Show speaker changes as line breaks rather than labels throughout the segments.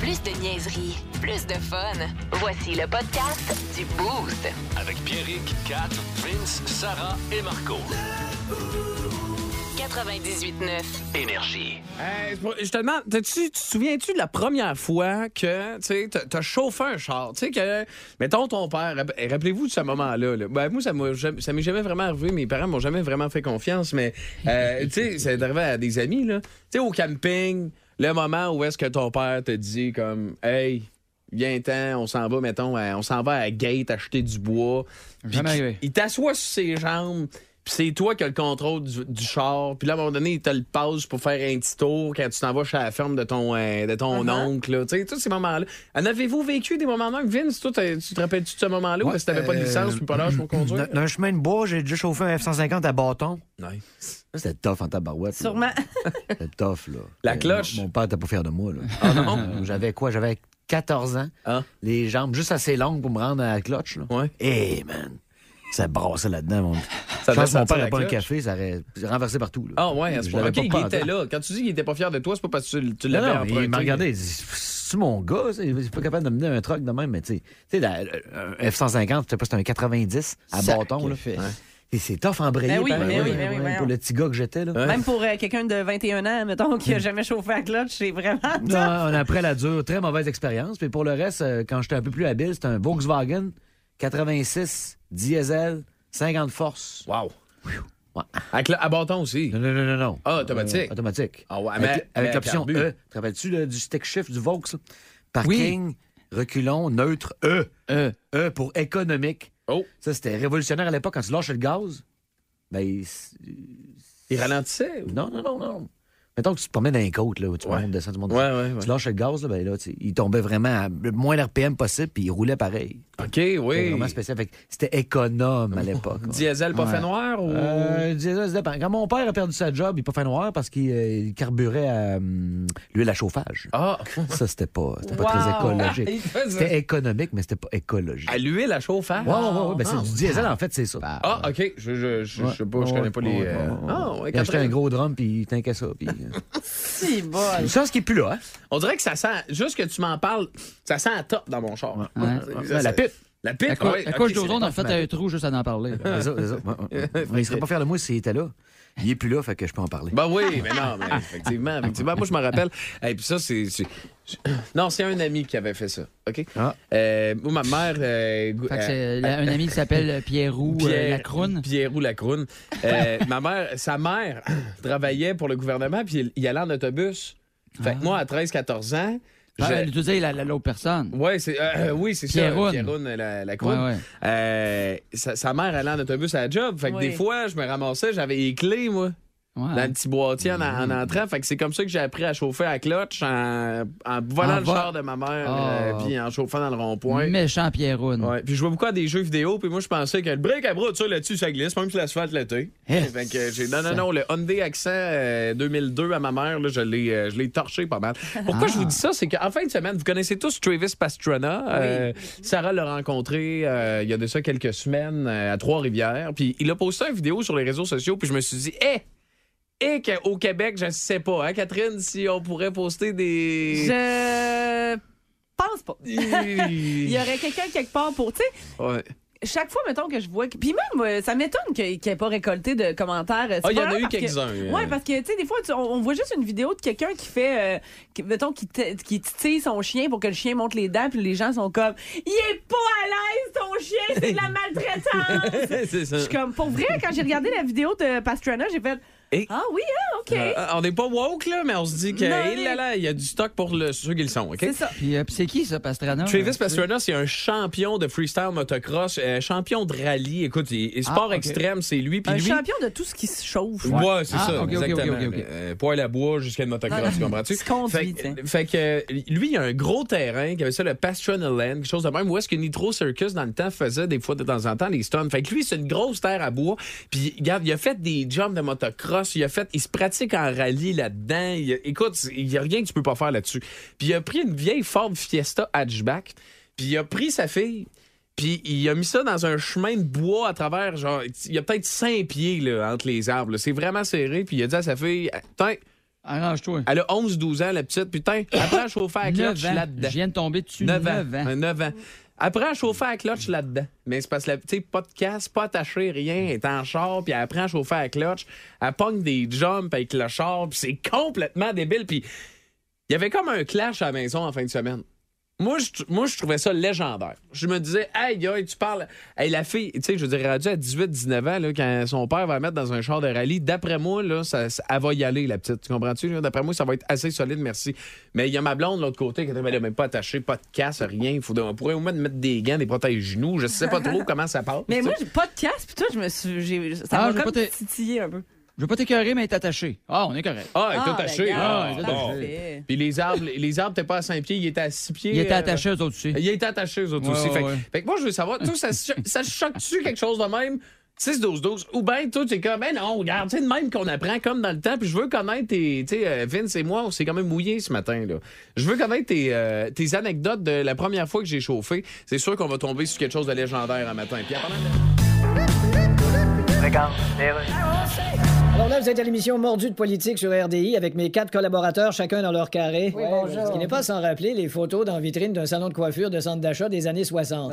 Plus de niaiserie, plus de fun. Voici le podcast du Boost.
Avec Pierrick, Kat, Vince, Sarah et Marco.
98.9.
Énergie.
Hey, c'est pour- je te demande, t'as- tu tu te souviens-tu de la première fois que tu sais, t'as- t'as chauffé un char? Tu sais que, mettons ton père, rapp- et rappelez-vous de ce moment-là. là. Ben, moi, ça m'a jamais- ça m'est jamais vraiment arrivé. Mes parents m'ont jamais vraiment fait confiance, mais euh, tu sais, c'est arrivé à des amis. là. Tu sais, au camping, le moment où est-ce que ton père te dit comme Hey, viens ten on s'en va, mettons, à- on s'en va à Gate acheter du bois. Puis
Jamais
qu'il-
arrivé.
il t'assoit sur ses jambes, puis c'est toi qui as le contrôle du, du char. Puis là, à un moment donné, il te le passe pour faire un petit tour quand tu t'en vas chez la ferme de ton, euh, de ton
Uh-huh.
oncle. là. Tu sais, tous ces moments-là. En avez-vous vécu des moments là? Vince, toi, t'as- tu te rappelles-tu de ce moment-là ou
Ouais,
si t'avais pas de
euh,
licence puis pas l'âge pour conduire?
D'un- D'un chemin de bois, j'ai déjà chauffé un F-150 à bâton.
Nice.
Ça, C'était tough en tabarouette. là.
Sûrement.
C'était tough, là.
La
Euh,
cloche.
Mon, mon père était pas fier de moi, là.
Ah non?
Euh, J'avais quoi? J'avais 14 ans.
Ah.
Les jambes juste assez longues pour me rendre à la cloche, là.
Ouais.
Hey, man! Ça brassait là-dedans, mon.
Ça
Je pense
devait
que mon
sentir
père
la
n'avait pas un
cloche.
café, ça aurait renversé partout, là.
Ah ouais, à ce
Je
point.
l'avais
OK,
pas
il
peur,
était
hein.
là. Quand tu dis qu'il était pas fier de toi, c'est pas parce que tu, tu
Non,
l'avais
non, mais
emprunté.
il m'a regardé, il dit C'est-tu mon gars, c'est c'est pas capable de mener un truck de même, mais tu sais, tu sais, la- euh, un F-150, je sais pas, c'était un 90 à bâton, là. Et c'est tough embrayer,
Ben oui,
pareil,
ben oui,
ouais,
ben oui,
ouais,
voyons.
hein, pour le petit gars que j'étais, là.
Ouais.
Même pour euh, quelqu'un de 21 ans, mettons, qui a jamais chauffé à clutch, c'est vraiment
Non, on a après la dure, très mauvaise expérience. Puis pour le reste, euh, quand j'étais un peu plus habile, c'était un Volkswagen 86 diesel 50 forces.
Wow.
Ouais.
Avec le- à bâton aussi.
Non, non, non, non, non.
Ah, automatique.
Euh, automatique.
Ah ouais,
avec
mais-
avec
mais
l'option
carbu.
E. Te rappelles-tu là, du stick shift du Volks? là? Parking, reculons, neutre, E.
Euh,
E pour économique.
Oh,
Ça, c'était révolutionnaire à l'époque. Quand tu lâches le gaz, ben, il s-
il ralentissait. ou-
Non, non, non, non. Mettons que tu te promènes dans les côtes, là, où tu
Ouais.
montes, descends, tu montes.
Ouais, ouais, ouais.
Tu lâches le gaz, là, ben là, tu sais, il tombait vraiment à le moins d'RPM possible, puis il roulait pareil.
OK,
C'était
oui.
vraiment spécial. Fait que C'était économe à l'époque. ouais.
Diesel pas
Ouais.
fait noir ou.
Euh, diesel, ça dépend. Quand mon père a perdu sa job, il n'a pas fait noir parce qu'il euh, il carburait à hum, l'huile à chauffage.
Ah,
Ça, c'était pas, c'était pas très
Wow!
écologique.
Il faisait-
C'était économique, mais c'était pas écologique.
à l'huile à chauffage.
Ouais, ouais, ouais, ouais, ben, c'est
Ah,
du diesel, en fait, c'est ça.
Ah, OK. Je, je, je, je sais pas, je
Ouais,
connais pas les.
ouais,
euh,
ouais, ouais.
Ah, ouais,
il a acheté un
80.
gros drum, puis il tinquait ça. Puis... euh,
si bon.
une chance qu'il n'est plus là. Hein?
On dirait que ça sent. Juste que tu m'en parles, ça sent à top dans mon char.
Ouais,
Ça-
la pipe.
La pipe,
La, cou-
ouais,
la
ok,
couche
c'est
d'ozone
vrai.
a fait un trou juste à en parler.
C'est ça, c'est ça. Ouais, ouais, ouais. Il serait pas fier de moi s'il était là. Il est plus là, fait que je peux en parler.
Ben oui, mais non, mais effectivement, effectivement. Moi, je me rappelle. Et puis ça, c'est. c'est- Non, c'est un ami qui avait fait ça. OK?
Ah.
Euh, moi, ma mère. euh, go-
Fait que
euh,
c'est la- un ami qui s'appelle Pierrot euh, Lacroune.
Pierrot Lacroune. Euh, ma mère, sa mère travaillait pour le gouvernement, puis il, il allait en autobus. Fait que moi, à 13-14 ans,
Ah,
j'ai-
elle nous disait la- la- l'autre personne.
Ouais, c'est, euh, euh, oui, c'est ça.
Pierroune.
Pierroune, la, la croûte.
Ouais, ouais.
Euh, sa, sa mère allait en autobus à la job. Fait que
Oui.
des fois, je me ramassais, j'avais les clés, moi,
Ouais. Mm.
dans le petit boîtier en, en entrant. Fait que c'est comme ça que j'ai appris à chauffer à cloche en, en volant
En
le
vo-
char de ma mère,
Ah.
euh, puis en chauffant dans le rond-point.
Méchant
Mm.
Pierrot.
Ouais. Puis je vois beaucoup à des jeux vidéo, puis moi je pensais que le break à bras, tu sais, là-dessus, ça glisse, même si l'asphalte l'été.
Eh,
Fait que j'ai non non non, le Hyundai Accent euh, 2002 à ma mère, là, je l'ai euh, je l'ai torché pas mal. Pourquoi
Ah.
je vous dis ça, c'est qu'en fin de semaine, vous connaissez tous Travis Pastrana, Euh, Sarah l'a rencontré euh, il y a de ça quelques semaines euh, à Trois-Rivières, puis il a posté une vidéo sur les réseaux sociaux, puis je me suis dit "Eh et qu'au Québec, je ne sais pas, hein, Catherine, si on pourrait poster des.
Je pense pas. Il y
Ouais.
aurait quelqu'un quelque part pour. Tu sais, chaque fois, mettons, que je vois. que- Puis même, euh, ça m'étonne que- qu'il n'y ait pas récolté de commentaires. C'est
Ah, il y
pas
en a
grave
eu
parce que-
quelques-uns. euh.
Ouais, parce que, tu sais, des fois, tu- on, on voit juste une vidéo de quelqu'un qui fait, euh, qui- mettons, qui, t- qui titille son chien pour que le chien monte les dents, puis les gens sont comme, il est pas à l'aise, ton chien, c'est de la maltraitance!
c'est ça.
Je suis comme, pour vrai, quand j'ai regardé la vidéo de Pastrana, j'ai fait,
Et-
ah oui, ah, OK.
Euh, on n'est pas woke, là, mais on se dit que
Non,
hé là, là, il y a du stock pour le, ceux qui le sont. OK?
C'est ça.
Puis euh, puis c'est qui ça, Pastrana?
Travis Pastrana, c'est un champion de freestyle motocross, euh, champion de rallye. Écoute, il- il- sport
Ah, ok.
extrême, c'est lui. Puis
Un
lui,
champion de tout ce qui se chauffe.
Ouais, c'est
Ah,
ça,
ok, ok,
exactement.
ok, Ah, ok, ok.
Euh, poêle à bois jusqu'à une motocross,
Non, non,
tu comprends-tu?
tu conduis,
Fait,
tu
fait que euh, lui, il a un gros terrain qui avait ça, le Pastrana Land, quelque chose de même, où est-ce que Nitro Circus, dans le temps, faisait des fois de temps en temps les stunts. Fait que lui, c'est une grosse terre à bois. Puis, regarde, il a fait des jumps de motocross, il a fait, il se pratique en rallye là-dedans. Il a- écoute, c'est- il y a rien que tu peux pas faire là-dessus. Puis, il a pris une vieille Ford Fiesta hatchback, puis il a pris sa fille, puis il a mis ça dans un chemin de bois à travers, genre, il y a peut-être cinq pieds là, entre les arbres. là. C'est vraiment serré. Puis il a dit à sa fille, Tiens,
Arrange-toi.
Elle a 11-12 ans, la petite. Putain, après à chauffer à
Neuf
clutch
ans. Je
là-dedans.
viens de tomber dessus.
9 ans.
Neuf ans.
Ouais, neuf ans. Après à chauffer à clutch là-dedans. Mais c'est parce que, la- tu sais, pas de casse, pas attaché, rien. Elle est en char, puis elle apprend à chauffer à clutch. Elle pogne des jumps avec le char, puis c'est complètement débile. Puis il y avait comme un clash à la maison en fin de semaine. Moi je, moi, je trouvais ça légendaire. Je me disais, hey, aïe, tu parles. Hey, la fille, tu sais, je veux dire, rendue à 18, 19 ans, là, quand son père va la mettre dans un char de rallye, d'après moi, là, ça, ça- elle va y aller, la petite. Tu comprends-tu? là? D'après moi, ça va être assez solide, merci. Mais il y a ma blonde de l'autre côté qui était mais là, même pas attachée, pas de casse, rien. Il faudrait, on pourrait au moins mettre des gants, des protèges genoux. Je sais pas trop comment ça passe.
Mais
tu sais.
moi, j'ai pas de casse, puis toi, je me suis. j'ai- Ça
Ah, j'ai
m'a comme
pas de-
titillé un peu.
Je veux pas t'écœurer, mais t'es attaché. Ah, on est correct.
Ah, elle est attachée.
regarde,
Ah,
c'est
bon.
parfait.
Puis les arbres, les arbres, t'es pas à 5 pieds, il était à 6 pieds.
Il était
euh,
attaché aux autres aussi.
Il a été attaché aux autres
Ouais,
aussi.
ouais,
fait, que-
ouais.
fait que moi, je veux savoir, toi, ça, se cho- ça se choque-tu quelque chose de même? 6-12-12. Ou bien, toi, tu es comme, ben non, regarde, c'est de même qu'on apprend comme dans le temps. Puis je veux connaître tes. Tu sais, euh, Vince et moi, on s'est quand même mouillés ce matin. là. Je veux connaître tes, euh, tes anecdotes de la première fois que j'ai chauffé. C'est sûr qu'on va tomber sur quelque chose de légendaire un matin. Puis en parlant de-
Alors là, vous êtes à l'émission Mordu de politique sur RDI avec mes quatre collaborateurs, chacun dans leur carré. Ce qui n'est pas sans rappeler les photos dans vitrine d'un salon de coiffure de centre d'achat des années 60.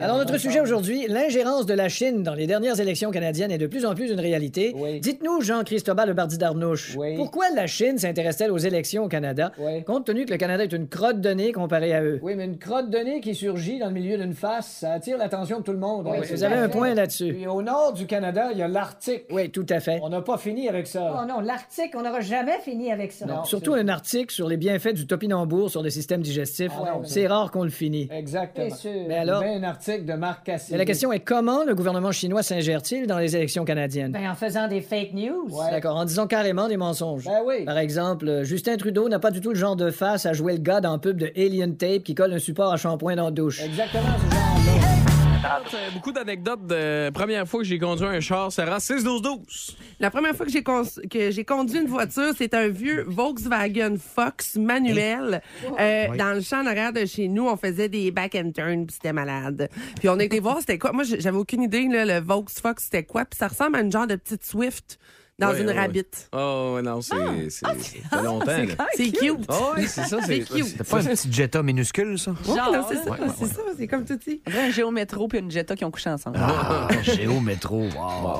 Alors, notre sujet aujourd'hui, l'ingérence de la Chine dans les dernières élections canadiennes est de plus en plus une réalité. Dites-nous, Jean-Cristobal Bardi d'Arnouche, pourquoi la Chine s'intéresse-t-elle aux élections au Canada, compte tenu que le Canada est une crotte de nez comparée à eux? Oui, mais une crotte de nez qui surgit dans le milieu d'une face, ça attire l'attention de tout le monde. vous avez un point là-dessus. Puis au nord du Canada, il y a l'Arctique. Oui, tout à fait. On n'a pas fini avec ça.
Oh non, l'Arctique, on n'aura jamais fini avec ça.
Non, surtout un article sur les bienfaits du topinambour sur le système digestif. c'est rare qu'on le finit.
Ah Exactement. sûr.
Mais alors,
un article de Marc Cassidy.
mais la question est comment le gouvernement chinois s'ingère-t-il dans les élections canadiennes?
Ben, en faisant des fake news.
D'accord, en disant carrément des mensonges.
Ben oui.
Par exemple, euh, Justin Trudeau n'a pas du tout le genre de face à jouer le gars dans un pub de Alien Tape qui colle un support à shampoing dans la douche.
Exactement ce genre
Euh, Beaucoup d'anecdotes de première fois que j'ai conduit un char. Sarah, 6-12-12.
La première fois que j'ai con- que j'ai conduit une voiture, c'est un vieux Volkswagen Fox manuel euh, dans le champ en arrière de chez nous. On faisait des back and turn, puis c'était malade. Puis on a été voir c'était quoi. Moi, j'ai- j'avais aucune idée là, le Volkswagen Fox c'était quoi. Puis ça ressemble à une genre de petite Swift dans
Ouais,
une
ouais, ouais.
Rabbit.
Ah.
Oh, ouais, non, c'est. c'est- ça fait longtemps. là.
C'est cute.
Ah ouais, c'est ça, c'est.
C'est cute.
C'est pas un petit Jetta minuscule, ça?
Ouais,
Genre,
non, c'est
hein?
ça, c'est ça, c'est comme tout dit.
On dirait un géométro puis une Jetta qui ont couché ensemble.
Ah, Géo Métro.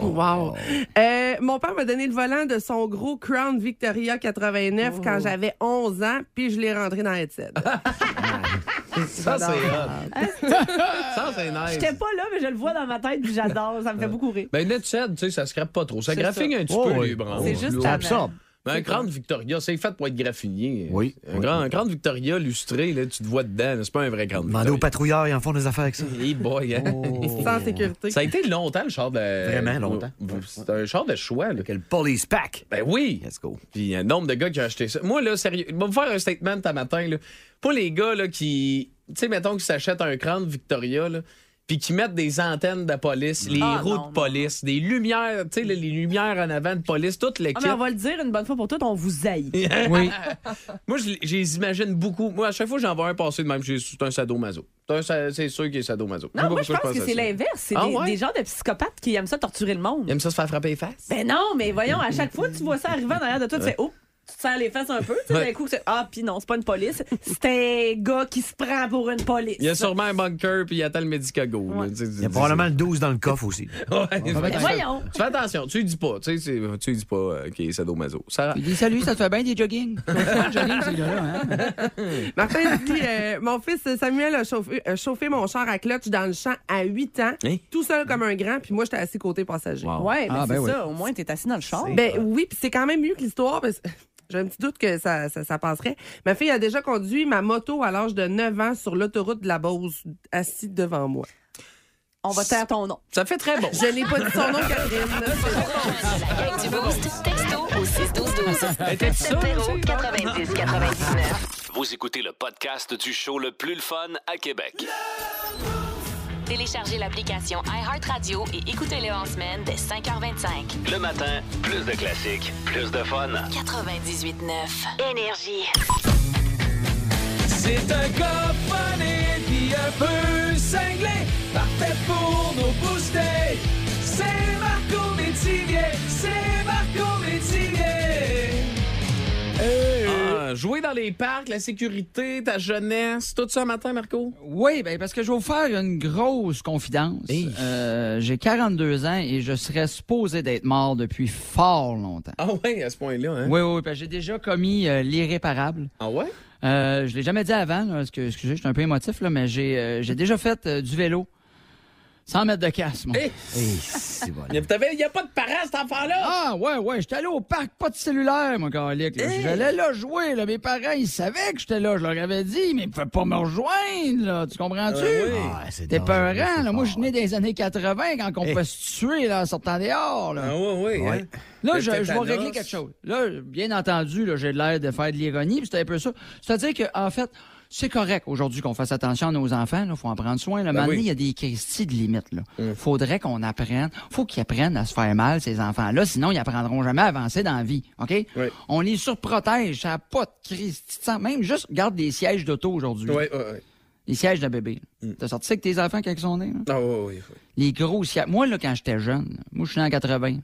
wow.
Wow. Euh, mon père m'a donné le volant de son gros Crown Victoria 89 quand j'avais 11 ans, puis je l'ai rentré dans Headset.
Ça, c'est hot. Ça, c'est nice.
J'étais pas là, mais je le vois dans ma tête, puis j'adore. Ça me fait beaucoup rire.
Ben, une Headset, tu sais, ça scrape pas trop. Ça
C'est
graphigne un petit
Oh,
peu hein.
oui.
les branches.
C'est juste
Ça
la-
absorbe.
Mais un Grand Ben, Victoria, c'est fait pour être graffinier.
Oui.
Un,
Oui.
Grand, un Grand Victoria lustré, là, tu te vois dedans. là, C'est pas un vrai Grand
Demandez aux
Victoria.
patrouilleurs, ils en font des affaires avec ça.
Hey boy, hein?
Oh.
Sans sécurité.
Ça a été longtemps, le char de...
Vraiment longtemps.
C'est un char de choix, là.
Quel Oh. police pack!
Ben oui!
Let's go.
Puis il y a un nombre de gars qui ont acheté ça. Moi, là, sérieux, je vais vous faire un statement ce matin. Là. Pas les gars là, qui, tu sais, mettons qu'ils s'achètent un crâne Victoria, là, puis qui mettent des antennes de police, les
Ah,
roues
non,
de police, des lumières, tu sais, les les lumières en avant de police, toutes les
Ah, mais on va le dire une bonne fois pour toutes, on vous haït.
Oui.
Moi, je les- je les imagine beaucoup. Moi, à chaque fois, j'en vois un passer de même. j'ai- C'est un sadomaso. C'est un sa- C'est sûr qu'il est sadomaso.
Non, moi, je pense que c'est
les
l'inverse. C'est
Ah,
des,
ouais?
des genres de psychopathes qui aiment ça torturer le monde.
Il aime ça se faire frapper les fesses.
Ben non, mais voyons, à chaque fois que tu vois ça arriver en arrière de toi, tu fais oh, tu te serres les fesses un peu, tu sais,
Ouais.
d'un coup, c'est ah, puis non, c'est pas une police, c'est un gars qui se prend pour une police.
Il y a sûrement un bunker, puis il attend le médicago. là. Tu sais,
Il y a probablement le 12 dans le coffre aussi.
Ouais.
Ben voyons.
Tu fais attention, tu lui dis pas, tu sais, c'est- tu lui dis pas euh, qu'il est sadomaso. Ça,
Il dit salut, ça te fait bien des jogging. Ça te fait un jogging, ces gars-là, hein?
Martin dit euh, Mon fils Samuel a chauffé, a chauffé mon char à clutch dans le champ à 8 ans,
Hein?
tout seul comme un grand, puis moi, j'étais assis côté passager.
Ouais, mais
Ah, ben
c'est
oui.
ça, au moins t'es assis dans le char.
Ben oui, puis c'est quand même mieux que l'histoire. parce que J'ai un petit doute que ça, ça, ça passerait. Ma fille a déjà conduit ma moto à l'âge de 9 ans sur l'autoroute de la Beauce, assise devant moi.
On va taire ton nom.
ça fait très bon. Ah
Je n'ai pas dit son nom, Catherine.
Rejoignez la gang du Boost. Texto au 612-12.
ça,
70 90 99.
Vous écoutez le podcast du show le plus le fun à Québec.
Téléchargez l'application iHeartRadio et écoutez-le en semaine dès 5h25.
Le matin, plus de classiques, plus de fun.
98.9. Énergie.
C'est un cophoné puis un peu cinglé, parfait pour nos booster. C'est Marco Métivier, c'est Marco Métivier. Exactement. Ah, Jouer dans les parcs, la sécurité, ta jeunesse, tout ça matin, Marco?
Oui, ben parce que je vais vous faire une grosse confidence.
Hey.
Euh, J'ai 42 ans et je serais supposé d'être mort depuis fort longtemps.
Ah ouais, à ce point-là, hein?
Oui, oui, parce que j'ai déjà commis euh, l'irréparable.
Ah ouais?
Euh, je l'ai jamais dit avant, là, parce que, excusez, je suis un peu émotif, là, mais j'ai euh, j'ai déjà fait euh, du vélo sans mettre de casque, moi.
Hey,
Hey, c'est bon.
il n'y a pas de parents, cet enfant-là!
Ah, ouais, ouais, j'étais allé au parc, pas de cellulaire, mon calique. là. J'allais là jouer, là. Mes parents, ils savaient que j'étais là. Je leur avais dit, mais ils pouvaient pas me rejoindre, là. Tu comprends-tu?
Ah, c'est
T'es
dangereux,
peurant,
c'est
là. Moi,
fort. Eh.
je suis né des années 80, quand on pouvait se tuer, là, en sortant dehors, là.
Ah ouais, ouais.
Ouais.
hein?
Là,
Le
je, je vais
tétanos.
régler quelque chose. Là, bien entendu, là, j'ai l'air de faire de l'ironie, puis c'est un peu ça. C'est-à-dire que, en fait, c'est correct aujourd'hui qu'on fasse attention à nos enfants. Il faut en prendre soin. Là, Maintenant,
Ben oui. Hum.
il y a des questions de limites. Là. faudrait qu'on apprenne. faut qu'ils apprennent à se faire mal, ces enfants-là. Sinon, ils apprendront jamais à avancer dans la vie. OK?
Oui.
On les surprotège. Ça n'a pas de crise. Tu te sens- Même juste, regarde les sièges d'auto aujourd'hui.
Ouais, ouais, ouais.
Les sièges de bébé.
Hum.
T'as sorti ça avec tes enfants quand ils sont nés? là?
Ah ouais, ouais, ouais.
Les gros sièges. Moi, là, quand j'étais jeune, là, moi, je suis né en 80.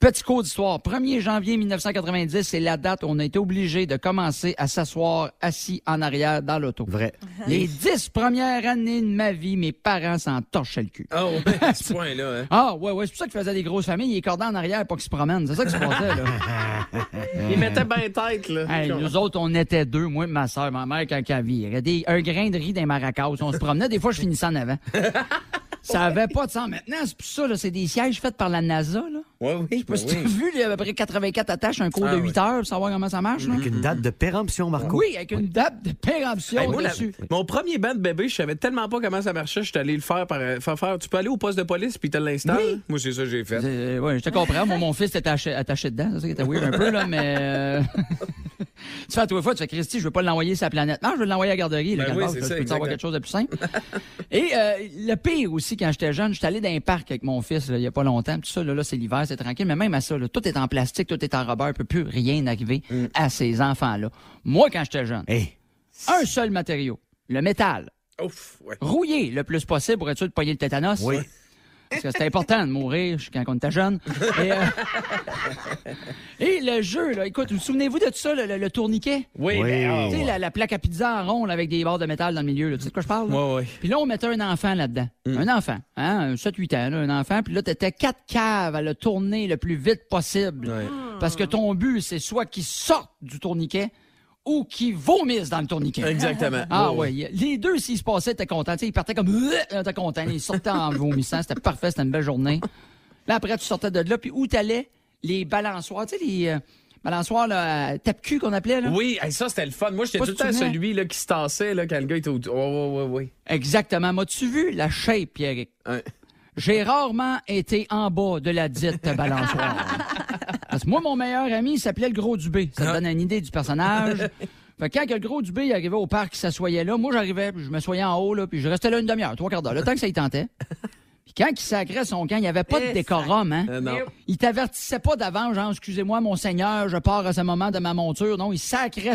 Petit cours d'histoire. 1er janvier 1990, c'est la date où on a été obligé de commencer à s'asseoir assis en arrière dans l'auto.
Vrai.
Les dix premières années de ma vie, mes parents s'en torchaient le cul.
Ah ouais, à ce point-là, hein?
Ah, ouais, ouais, c'est pour ça qu'ils faisaient des grosses familles. Ils cordaient en arrière pour qu'ils se promènent. C'est ça qui se passait, là.
Il mettait bien tête, là.
Hey, nous autres, on était deux, moi et ma soeur, ma mère, quand elle virait. Des- un grain de riz d'un maracas. On se promenait, des fois, je finissais en avant. Ça avait pas de sens. Maintenant, c'est pour ça, là, c'est des sièges faits par la NASA, là.
Ouais, oui,
Je sais pas si tu as
Ben oui.
vu, il y a à peu près 84 attaches, un cours
Ah
de
oui. Mm-hmm.
8 heures pour savoir comment ça marche, là.
Avec une date de péremption, Marco.
Oui, avec une date de péremption
Hey, Ben, moi, la-
dessus.
mon premier banc de bébé, je savais tellement pas comment ça marchait, je suis allé le faire par euh, faire faire. Tu peux aller au poste de police puis te l'installes. Moi, c'est ça que j'ai fait.
Euh, ouais, je te comprends. Moi, mon fils était attaché, attaché dedans. C'est ça qui était weird un peu, là, mais. euh, tu fais à toi fois, tu fais Christy, je veux pas l'envoyer sur la planète. Non, je veux l'envoyer à la garderie. Là,
Ben
quand
oui,
même,
c'est
là,
ça,
je peux avoir
exactement.
quelque chose de plus simple. Et euh, le pire aussi, quand j'étais jeune, j'étais allé dans un parc avec mon fils, là, il y a pas longtemps. Tout ça, là, là, c'est l'hiver, c'est tranquille. Mais même à ça, là, tout est en plastique, tout est en rubber. Il peut plus rien arriver
Mm.
à ces enfants-là. Moi, quand j'étais jeune,
Hey,
un seul matériau, le métal.
Ouf, ouais.
Rouiller le plus possible pour être sûr de pogner le tétanos.
Oui.
Parce que c'était important de mourir quand on était jeune. Et, euh, et le jeu, là, écoute, vous souvenez-vous de ça, le, le- le tourniquet?
Oui,
Oui.
ben, ah,
Tu sais, la, la plaque à pizza en rond là, avec des barres de métal dans le milieu. là. Tu sais de quoi je parle? là?
Ouais, Mm. ouais.
Puis là, on mettait un enfant là-dedans. Un enfant, hein, 7-8 ans, là, un enfant. Puis là, t'étais quatre caves à le tourner le plus vite possible.
Ouais.
Parce que ton but, c'est soit qu'il sorte du tourniquet ou qu'il vomisse dans le tourniquet.
Exactement.
Ah
Ouais,
ouais, y- les deux s'ils se passaient, t'es content, tu sais, ils partaient comme Euh, là, t'es content, ils sortaient en vomissant, c'était parfait, c'était une belle journée. Là après tu sortais de là puis où t'allais les balançoires, tu sais les euh, balançoires là tape cul qu'on appelait là.
Oui, hey, ça c'était le fun. Moi, j'étais
Pas
tout le
de
temps
souvenir.
celui là, qui se tassait là, quand le gars était au. oh, Ouais, ouais, ouais,
Exactement, m'as-tu vu la shape Pierrick
ouais. Ouais.
J'ai rarement été en bas de la dite balançoire. Parce que moi, mon meilleur ami, il s'appelait le Gros Dubé.
Ah.
Ça te donne une idée du personnage. Fait que quand que le Gros Dubé il arrivait au parc, il s'assoyait là. Moi, j'arrivais, puis je m'assoyais en haut, là, puis je restais là une demi-heure, trois quarts d'heure, le temps que ça y tentait. Puis quand il sacrait son camp, il n'y avait pas de décorum, hein?
Euh, Eh, non.
Il t'avertissait pas d'avant, genre, excusez-moi, mon seigneur, je pars à ce moment de ma monture. Non, il sacrait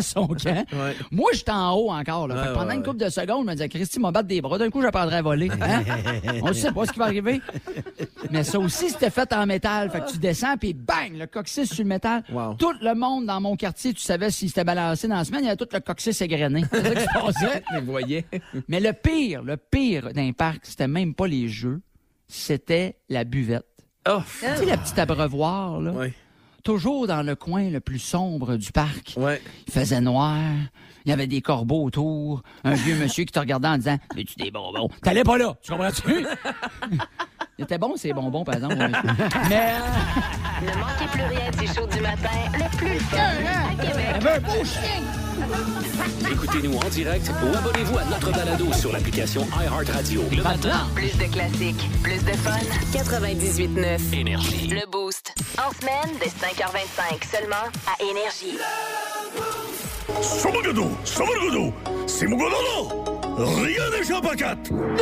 son camp.
Ouais.
Moi, j'étais en haut encore. Là. Fait que
Ouais,
pendant
ouais,
une
ouais.
couple de secondes, je me disais, Christy m'a battre des bras. D'un coup, j'apprendrai à voler. Hein? On ne sait pas ce qui va arriver. Mais ça aussi, c'était fait en métal. Fait que tu descends, puis bang, le coccyx sur le métal.
Wow.
Tout le monde dans mon quartier, tu savais s'il s'était balancé dans la semaine, il y avait tout le coccyx égrené. C'est ça qui se passait.
Je les voyais.
Mais le pire, le pire d'un parc, c'était même pas les jeux, c'était la buvette.
Oh,
Tu sais, la petite abreuvoir, là.
ouais.
Toujours dans le coin le plus sombre du parc.
Ouais.
Il faisait noir. Il y avait des corbeaux autour. Un vieux monsieur qui te regardait en disant Veux-tu des bonbons T'allais pas là, tu comprends-tu Il était bon, ces bonbons, par exemple. mon monsieur. Mais. euh,
Ne manquez plus rien du show du matin, le plus le fun à Québec.
il avait un beau chien.
Écoutez-nous en direct ou abonnez-vous à notre balado sur l'application iHeartRadio. Le matin,
Plus de classiques, plus de fun. 98.9.
énergie.
Le Boost. En semaine, dès 5h25, seulement à Énergie.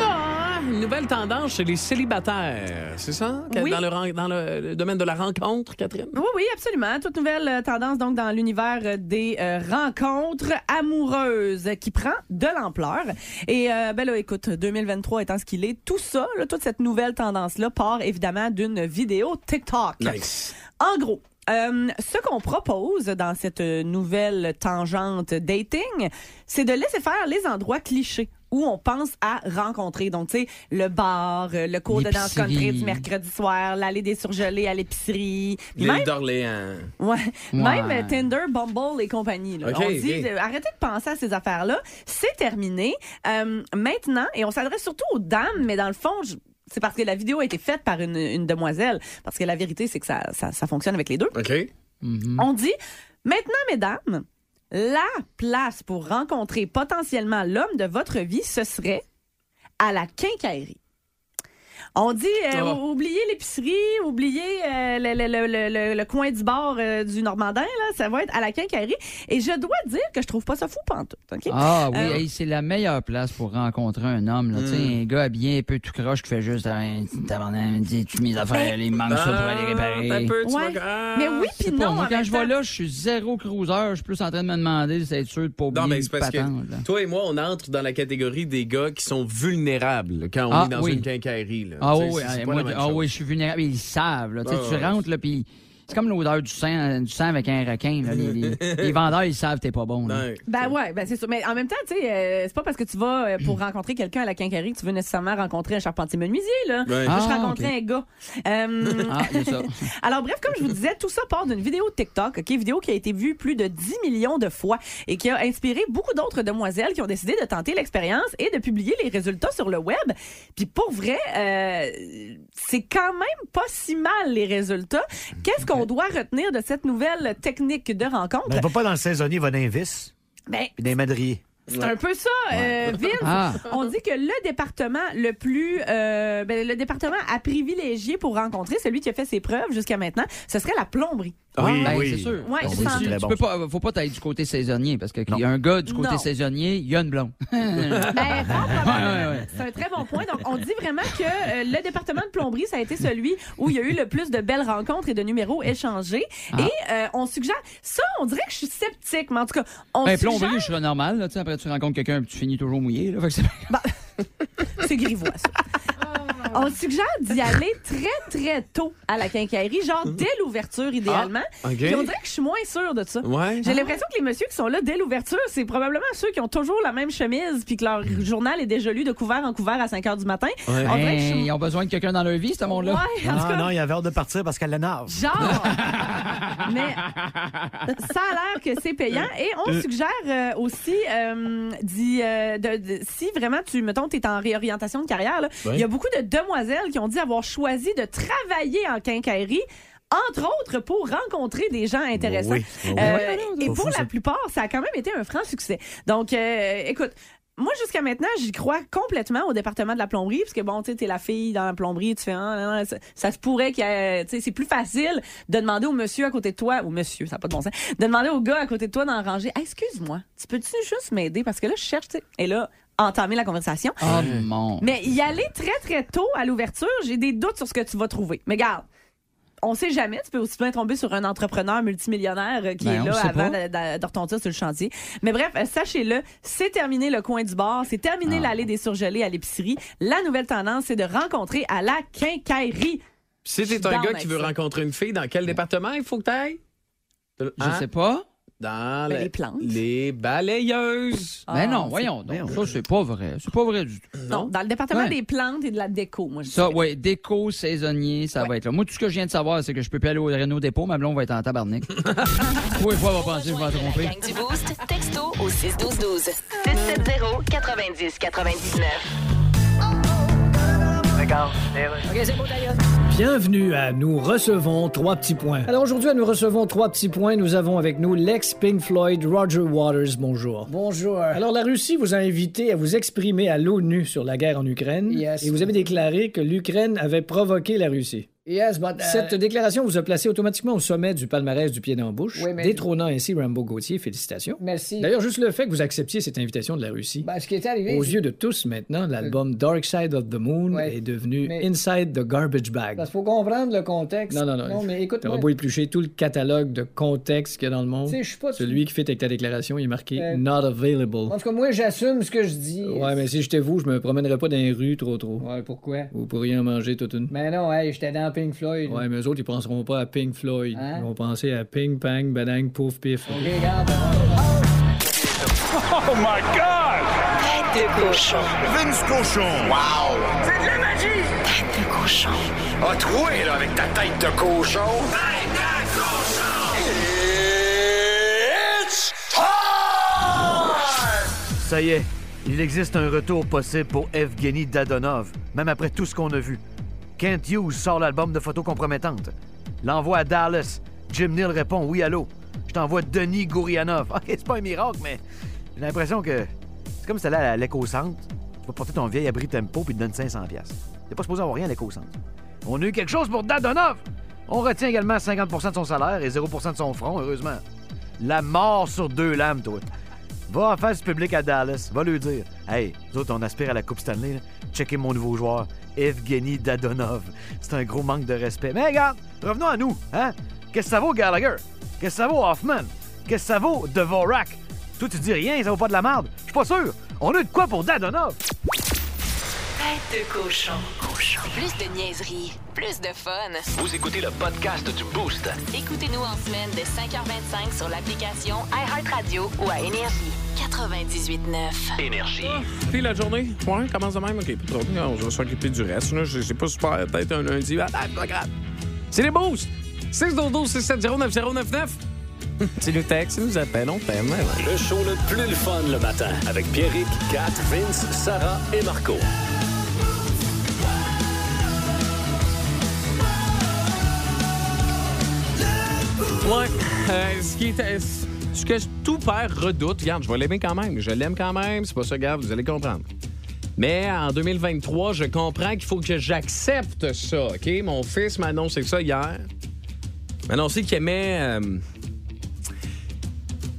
Ah, une nouvelle tendance chez les célibataires, c'est ça? Que-
Oui.
Dans, le, ren- dans le- le domaine de la rencontre, Catherine?
Oui, oui, absolument. Toute nouvelle euh, tendance donc dans l'univers euh, des euh, rencontres amoureuses qui prend de l'ampleur. Et euh, ben là, écoute, 2023 étant ce qu'il est, tout ça, là, toute cette nouvelle tendance-là part évidemment d'une vidéo TikTok. En gros, Euh, ce qu'on propose dans cette nouvelle tangente dating, c'est de laisser faire les endroits clichés où on pense à rencontrer. Donc, tu sais, le bar, euh, le cours de danse
L'épicerie.
country du mercredi soir, l'allée des surgelés à l'épicerie. Puis
L'île
Même,
d'Orléans.
ouais, même
Ouais.
euh, Tinder, Bumble et compagnie. là.
Ok,
on dit,
ok.
euh, arrêtez de penser à ces affaires-là. C'est terminé. Euh, maintenant, et on s'adresse surtout aux dames, mais dans le fond, je- c'est parce que la vidéo a été faite par une, une demoiselle. Parce que la vérité, c'est que ça- ça, ça fonctionne avec les deux.
OK.
Mhm.
On dit maintenant, mesdames, la place pour rencontrer potentiellement l'homme de votre vie, ce serait à la quincaillerie. On dit euh,
Ah.
Oh.
oubliez l'épicerie, oubliez euh, le, le- le- le- le- le coin du bar euh, du Normandin, là, ça va être à la quincaillerie. Et je dois dire que je trouve pas ça fou pantoute. OK?
Ah oui,
Euh,
hey, c'est la meilleure place pour rencontrer un homme. Là. Tu
Mm.
sais, Un gars habillé un peu tout croche qui fait juste euh, un tabarnak, dit tu mes affaires, il me manque ça pour aller réparer.
Ah, Ben, un peu, tu
Ouais.
vas- ah.
Mais oui,
Je sais
puis
pas,
non.
moi,
en
quand
même
je vois
temps.
là, je suis zéro cruiser. Je suis plus en train de me demander si c'est sûr de pas oublier
Non, mais
une
c'est parce
patente, là.
que toi et moi, on entre dans la catégorie des gars qui sont vulnérables quand on
Ah,
est dans
oui.
une quincaillerie. là.
Ah
Tu
oui,
sais,
oui,
c'est- c'est
ah,
pas
moi,
la même
ah
chose.
oui, je suis vulnérable. Ils le savent. Là, Tu sais,
Ah,
tu
ouais.
rentres, là, puis c'est comme l'odeur du sang, du sang avec un requin. là. Les, les- les vendeurs, ils savent que t'es pas bon. là.
Ouais.
Ben ouais, ben c'est sûr. Mais en même temps, tu sais, euh, c'est pas parce que tu vas euh,
Mm.
pour rencontrer quelqu'un à la quincaillerie que tu veux nécessairement rencontrer un charpentier menuisier, là.
Ouais.
Moi, je
Ah,
rencontrais
ok.
un gars. Euh,
Ah, c'est ça.
alors bref, comme je vous disais, tout ça part d'une vidéo TikTok, OK, vidéo qui a été vue plus de 10 millions de fois et qui a inspiré beaucoup d'autres demoiselles qui ont décidé de tenter l'expérience et de publier les résultats sur le web. Puis pour vrai, euh, c'est quand même pas si mal les résultats. Qu'est-ce qu'on doit retenir de cette nouvelle technique de rencontre
Ben,
On va pas dans le saisonnier, va dans les vis
Ben,
et dans les madriers.
c'est un peu ça, euh, Vince.
Ah.
On dit que le département le plus, euh, ben, le département à privilégier pour rencontrer celui qui a fait ses preuves jusqu'à maintenant, ce serait la plomberie.
Oui,
Ben,
oui.
c'est sûr.
Ouais,
Ben,
je
c'est
sens.
sûr.
Très
Tu
bon.
peux pas, faut pas t'aller du côté saisonnier parce que qu'il y a un gars du côté
Non.
saisonnier, il y a une blonde.
Ben, fort
Ouais,
probablement.
ouais, ouais.
C'est un très bon point. Donc, on dit vraiment que euh, le département de plomberie, ça a été celui où il y a eu le plus de belles rencontres et de numéros échangés.
Ah.
Et euh, on suggère... Ça, on dirait que je suis sceptique, mais en tout cas, on
Ben,
suggère...
plomberie, je serais normal. Là, tu sais, après, tu rencontres quelqu'un et tu finis toujours mouillé. Là, Fait que c'est-
C'est grivois, ça. On suggère d'y aller très, très tôt à la quincaillerie, genre dès l'ouverture, idéalement.
OK.
Puis on dirait que je suis moins sûre de ça.
Ouais.
J'ai l'impression que les messieurs qui sont là dès l'ouverture, c'est probablement ceux qui ont toujours la même chemise puis que leur journal est déjà lu de couvert en couvert à 5 heures du matin. On dirait que je
Ben,
suis...
ils ont besoin de quelqu'un dans leur vie, ce
Ouais,
monde-là.
en tout
Ah
cas,
non, il avait hâte de partir parce qu'elle l'énerve.
Genre! Mais ça a l'air que c'est payant. Et on suggère euh, aussi euh, d'y, euh, de, de- si vraiment tu, mettons, tu es en réorientation de carrière, là, il
Ouais.
y a beaucoup de demoiselles qui ont dit avoir choisi de travailler en quincaillerie. Entre autres, pour rencontrer des gens intéressants.
Oui, oui, oui.
Euh,
Pas
et
fou,
pour
ça.
la plupart, ça a quand même été un franc succès. Donc, euh, écoute, moi, jusqu'à maintenant, j'y crois complètement au département de la plomberie, parce que bon, tu sais, t'es la fille dans la plomberie, tu fais, ah, non, non, ça, ça se pourrait qu'il y ait- tu sais, c'est plus facile de demander au monsieur à côté de toi, ou monsieur, ça n'a pas de bon sens, de demander au gars à côté de toi d'en ranger, Hey, excuse-moi, tu peux-tu juste m'aider, parce que là, je cherche, tu sais, et là, entamer la conversation.
Oh mon.
Mais y aller très, très tôt à l'ouverture, j'ai des doutes sur ce que tu vas trouver. Mais garde. On sait jamais, tu peux aussi bien tomber sur un entrepreneur multimillionnaire euh, qui
Ben, on
est là
sait
avant de,
pas.
de- de retomber sur le chantier. Mais bref, euh, sachez-le, c'est terminé le coin du bar, c'est terminé
Ah.
l'allée des surgelés à l'épicerie. La nouvelle tendance, c'est de rencontrer à la quincaillerie.
Si
Je suis
t'es un
down
gars
avec
qui veut
ça.
rencontrer une fille, dans quel département il faut que t'ailles? hein?
Je sais pas.
Dans
Ben,
le-
les plantes.
Les balayeuses.
Mais
Ah,
Ben non,
c'est- Euh,
voyons donc.
voyons.
Ça, c'est pas vrai. C'est pas vrai du tout.
Non, dans le département
Ouais.
des plantes et de la déco, moi je
Ça,
dirais.
ouais, déco, saisonnier, ça va être là. Moi, tout ce que je viens de savoir, c'est que je peux plus aller au Renault Dépôt, ma blonde va être en tabarnak. Oui, fois, elle va penser que je vais la
Rejoindre
tromper.
La gang du Boost, texto au 612-12. 670-90-99.
Bienvenue à Nous recevons trois petits points. Alors aujourd'hui, à Nous recevons trois petits points, nous avons avec nous l'ex Pink Floyd Roger Waters. Bonjour. Bonjour. Alors la Russie vous a invité à vous exprimer à l'ONU sur la guerre en Ukraine et vous avez déclaré que l'Ukraine avait provoqué la Russie. Cette déclaration vous a placé automatiquement au sommet du palmarès du pied dans la bouche, détrônant ainsi Rambo Gauthier. Félicitations. Merci. Bah, D'ailleurs, juste le fait que vous acceptiez cette invitation de la Russie. Aux yeux de tous maintenant, l'album Dark Side of the Moon est devenu Inside the Garbage Bag. Parce qu'il faut comprendre le contexte. Non, non, non. mais écoute. T'auras beau éplucher tout le catalogue de contexte qu'il y a dans le monde. Celui qui fait avec ta déclaration, il est marqué Not available. En tout cas, Euh, moi, j'assume ce que je dis. Ouais, mais si j'étais vous, je me promènerais pas dans les rues trop trop. Ouais, pourquoi Vous pourriez en manger toute une. Mais non, hey, j'étais dans la Pink Floyd.
Ouais, mais eux autres, ils penseront pas à Pink Floyd.
Hein?
Ils vont penser à Ping, Pang, Badang, Pouf, Pif.
OK, regarde.
Tête de cochon.
Vince Cochon. Wow!
Tête de cochon.
A troué, là, avec ta tête de cochon. Tête de cochon! It's time!
Ça y est, il existe un retour possible pour Evgeny Dadonov, même après tout ce qu'on a vu. Kent Hughes sort l'album de photos compromettantes. L'envoie à Dallas. Jim Neal répond Oui, allô. Je t'envoie Denis Gourianov. OK, c'est pas un miracle, mais j'ai l'impression que c'est comme si t'allais à l'éco-centre. Tu vas porter ton vieil abri tempo puis te donne 500$. piastres. T'es pas supposé avoir rien à l'éco-centre. On a eu quelque chose pour Dadonov. On retient également 50 de son salaire et 0 de son front, heureusement. La mort sur deux lames, toi. Va en face du public à Dallas. Va lui dire Hey, nous autres, on aspire à la Coupe Stanley. là. Checkez mon nouveau joueur, Evgeny Dadonov. C'est un gros manque de respect. Mais regarde, revenons à nous. Hein? Qu'est-ce que ça vaut, Gallagher Qu'est-ce que ça vaut, Hoffman Qu'est-ce que ça vaut, Dvorak Toi, tu dis rien, ça vaut pas de la merde. Je suis pas sûr. On a eu de quoi pour Dadonov
Tête de cochon. Plus de niaiserie, plus de fun.
Vous écoutez le podcast du Boost.
Écoutez-nous en semaine de 5h25 sur l'application iHeartRadio ou à Énergie. 98.9.
Énergie.
Puis la journée, ouais, commence de même. OK, pas trop. On va s'occuper du reste. là. Je- C'est pas super. Peut-être un lundi. Ah, c'est pas grave. C'est les boosts. 612 670 9099. C'est le texte, nous appelle, on t'aime. ouais.
Le show le plus le fun le matin avec Pierrick, Kat, Vince, Sarah et Marco.
Ouais. Euh, ce qui est. euh, ce que tout père redoute, regarde, je vais l'aimer quand même. Je l'aime quand même. C'est pas ça, grave, vous allez comprendre. Mais en 2023, je comprends qu'il faut que j'accepte ça, OK? Mon fils m'a annoncé ça hier. Il m'a annoncé qu'il aimait. euh,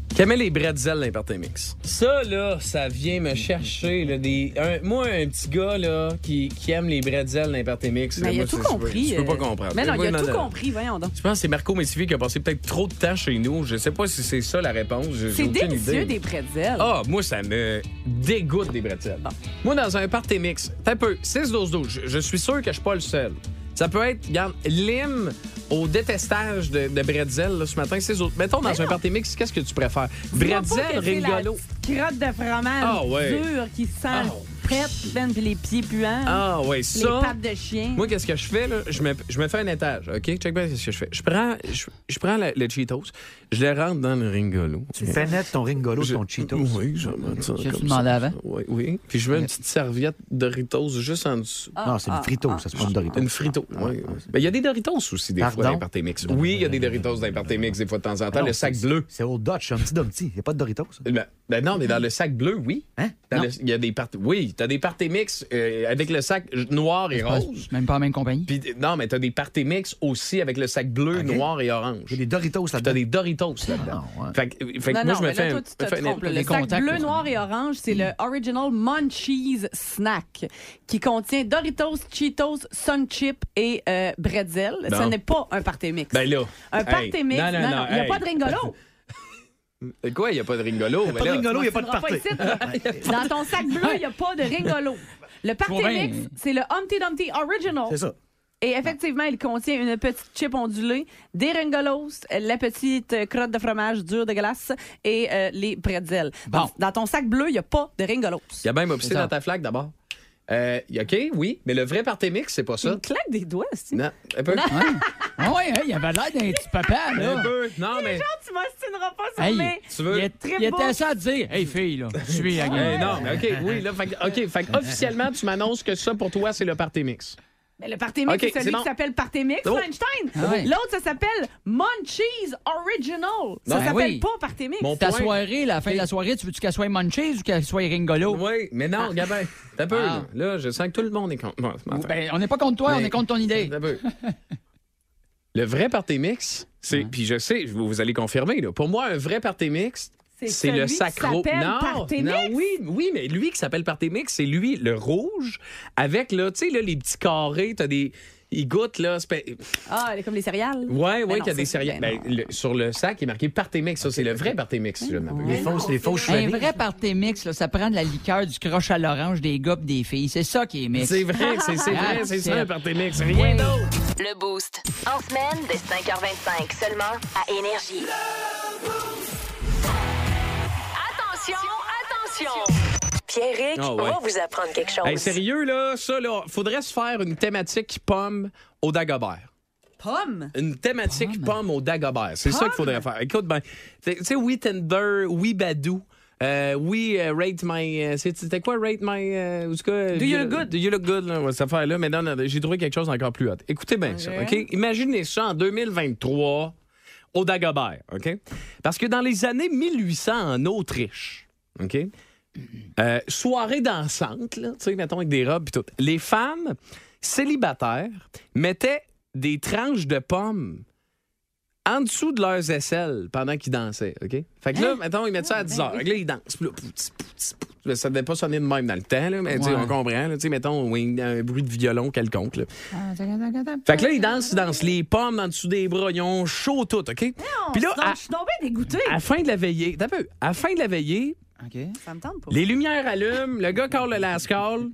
qu'il aimait les bretzels d'Impertémix. Ça, là, ça vient me chercher. Là, des, un- moi, un petit gars là, qui, qui aime les bretzels d'Impertémix. là,
Mais il a
moi,
tout
c'est- je peux-
compris.
Je peux
euh,
pas comprendre.
Mais non,
Ben,
il a
Moi,
tout compris, voyons donc.
je pense que c'est Marco Métivier qui a passé peut-être trop de temps chez nous. Je sais pas si c'est ça la réponse. J'ai- j'ai
C'est
aucune
délicieux
idée.
des pretzels.
Ah, moi, ça me dégoûte des bretelles. Moi, dans un party mix, t'as un peu, 6-12-12, je, je suis sûr que je suis pas le seul. Ça peut être, regarde, lime au détestage de, de bretzel là, ce matin, c'est autres. Mettons, dans un party mix, qu'est-ce que tu préfères?
Dis-moi pas
Bretzel,
que c'est la
Ah, rigolo.
petite Crotte de fromage
Ah ouais.
dure qui sent
Ah.
prête, ben, puis les pieds puants,
Ah, ouais,
les
ça.
pattes de chien.
Moi, qu'est-ce que je fais? Là? Je, me, je me fais un étage, OK? Check bien ce que je fais. Je prends, je, je prends la- le Cheetos, je le rentre dans le ringolo.
Fais net ton Ringolo,
Je-
ton Cheetos.
Oui, j'en mets ça.
J'ai-tu
comme
demandé
ça.
avant?
Oui, oui. Puis je mets une petite serviette Doritos juste en dessous.
non, c'est une frito, ça se pas une Doritos. Ah,
Une frito, oui. Mais il y a des Doritos aussi, des
Pardon?
fois, d'imparté mix. Oui, il y a des Doritos d'imparté mix, des fois, de temps en temps.
Non,
le sac
c'est-
bleu.
C'est Old Dutch, un petit dumpty. Il a pas de Doritos.
Ben, ben non, mais dans le sac bleu, oui.
Hein?
Dans
Non.
le- Il y a des parties. Oui, t'as des parties mix euh, avec le sac noir et
Pas-
rose.
Même pas la même compagnie.
Puis, non, mais t'as des parties mix aussi avec le sac bleu,
Ok.
noir et orange.
Il y a des Doritos
T'as
là-dedans.
des Doritos là-dedans.
Ah, ouais.
Fait que, fait que
non,
moi,
non,
je me
mais
fais
là, toi,
un-
tu te
fais un- Hmm.
trompes. là.
des
Le sac
contacts,
bleu,
là.
noir et orange, c'est le Original Munchies Snack qui contient Doritos, Cheetos, Sun Chip et euh, Bretzel. Ce
Non.
n'est pas un party mix.
Ben là.
un
hey,
party mix, non, non, il n'y a
hey.
pas de ringolo.
Quoi, il n'y a pas de Ben rigolo?
Pas de Ringolo, il n'y a pas de
Tu seras
party.
ici, là. Dans ton sac bleu, il n'y a pas de ringolo. Le party
vois bien.
mix, c'est le Humpty Dumpty Original.
C'est ça.
Et effectivement, il contient une petite chip ondulée, des ringolos, la petite euh, crotte de fromage dure de glace et euh, les pretzels.
Bon.
Dans- Dans ton sac bleu, il n'y a pas de ringolos.
Il y a même obscé
ça.
dans ta flaque d'abord. Euh, OK, oui, mais le vrai party mix, c'est pas
Tu
ça.
me claques des doigts, si.
Non, un peu.
Ah ouais, hein, il avait l'air d'un petit papa,
Un
là.
peu. Non, mais.
Tu m'ostineras pas sur
Hey,
mes...
Tu veux.
il, est-
Très
il
beau.
était ça à dire Hey, fille, là, suis la
Hey,
gang.
non, mais OK, oui, là, fait, que- OK, fait que officiellement, tu m'annonces que ça, pour toi, c'est le party mix.
Mais le party mix,
Ok,
c'est celui
c'est bon.
qui s'appelle party mix,
Oh.
Einstein.
Ah ouais.
L'autre, ça s'appelle Munchies Original. Ça
Ben
s'appelle
oui.
pas party mix.
Mon
Ta
point-
soirée, la fin de la soirée, tu veux-tu qu'elle soit Munchies ou qu'elle soit Ringolo?
Oui, mais non, Gabin, t'as peu,
Ah.
là. Là, je sens que tout le monde est contre. Bon, c'est ma affaire.
Ben, on n'est pas contre toi, on
Mais-
est contre ton idée.
T'as peu. Le vrai party mix, c'est. Puis je sais, vous, vous allez confirmer, là. Pour moi, un vrai party mix, C'est
celui
le
qui
sacro.
s'appelle
non,
Party
non,
Mix.
oui, oui, mais lui qui s'appelle Partémix, c'est lui le rouge avec là, tu sais là les petits carrés, t'as des il goûte là, c'est pas-
Ah, elle est comme les céréales.
ouais
Ben non,
ouais, t'as
ça,
des
c'est-
céréales.
ben non.
Ben, le- sur le sac, il est marqué Partémix, ça c'est le vrai Partémix, si je ne m'abuse.
Les fausses, les fausses
Un
chevilles.
vrai party mix, là, ça prend de la liqueur, du croche à l'orange, des gars pis des filles. C'est ça qui est mix.
C'est vrai, c'est c'est
Ah,
vrai, c'est
c'est-
ça un Partémix, rien d'autre.
Le Boost. En semaine, dès 5h25, seulement à Énergie. Attention, attention! Pierrick
Ah ouais.
va vous apprendre quelque chose.
Hey, sérieux, là, ça, là, faudrait se faire une thématique qui pomme au Dagobert.
Pomme?
Une thématique pomme, au Dagobert. C'est ça qu'il faudrait faire. Écoute, ben, tu sais, oui, Tinder, oui, Badou. euh, oui, euh, rate my. euh, c'est- C'était quoi, rate my. euh, en tout cas,
Do you look good?
Do you look good, là, ouais, cette affaire-là. Mais non, non, j'ai trouvé quelque chose d'encore plus hot. Écoutez bien ça,
Ok.
OK? Imaginez ça en 2023 au Dagobert, OK? Parce que dans les années 1800 en Autriche, OK? Euh, soirée dansante, là, tu sais, mettons, avec des robes et tout. Les femmes célibataires mettaient des tranches de pommes en dessous de leurs aisselles pendant qu'ils dansaient, OK? Fait que là, mettons, ils mettent ça à 10 heures. Fait que là, ils dansent. Puis là, pouti, pouti, pouti. Mais Ça devait pas sonner de même dans le temps, là, mais tu sais,
Ouais.
on comprend. là. Tu sais, mettons, oui, un bruit de violon quelconque. là. Fait que là, ils dansent, ils dansent les pommes en dessous des bras, ils ont chaud tout, OK? Puis là, à,
je suis tombée dégoûtée.
à la fin de la veillée, t'as peu, à la fin de la veillée,
OK.
Ça me tente pas.
les lumières allument, le gars call le last call.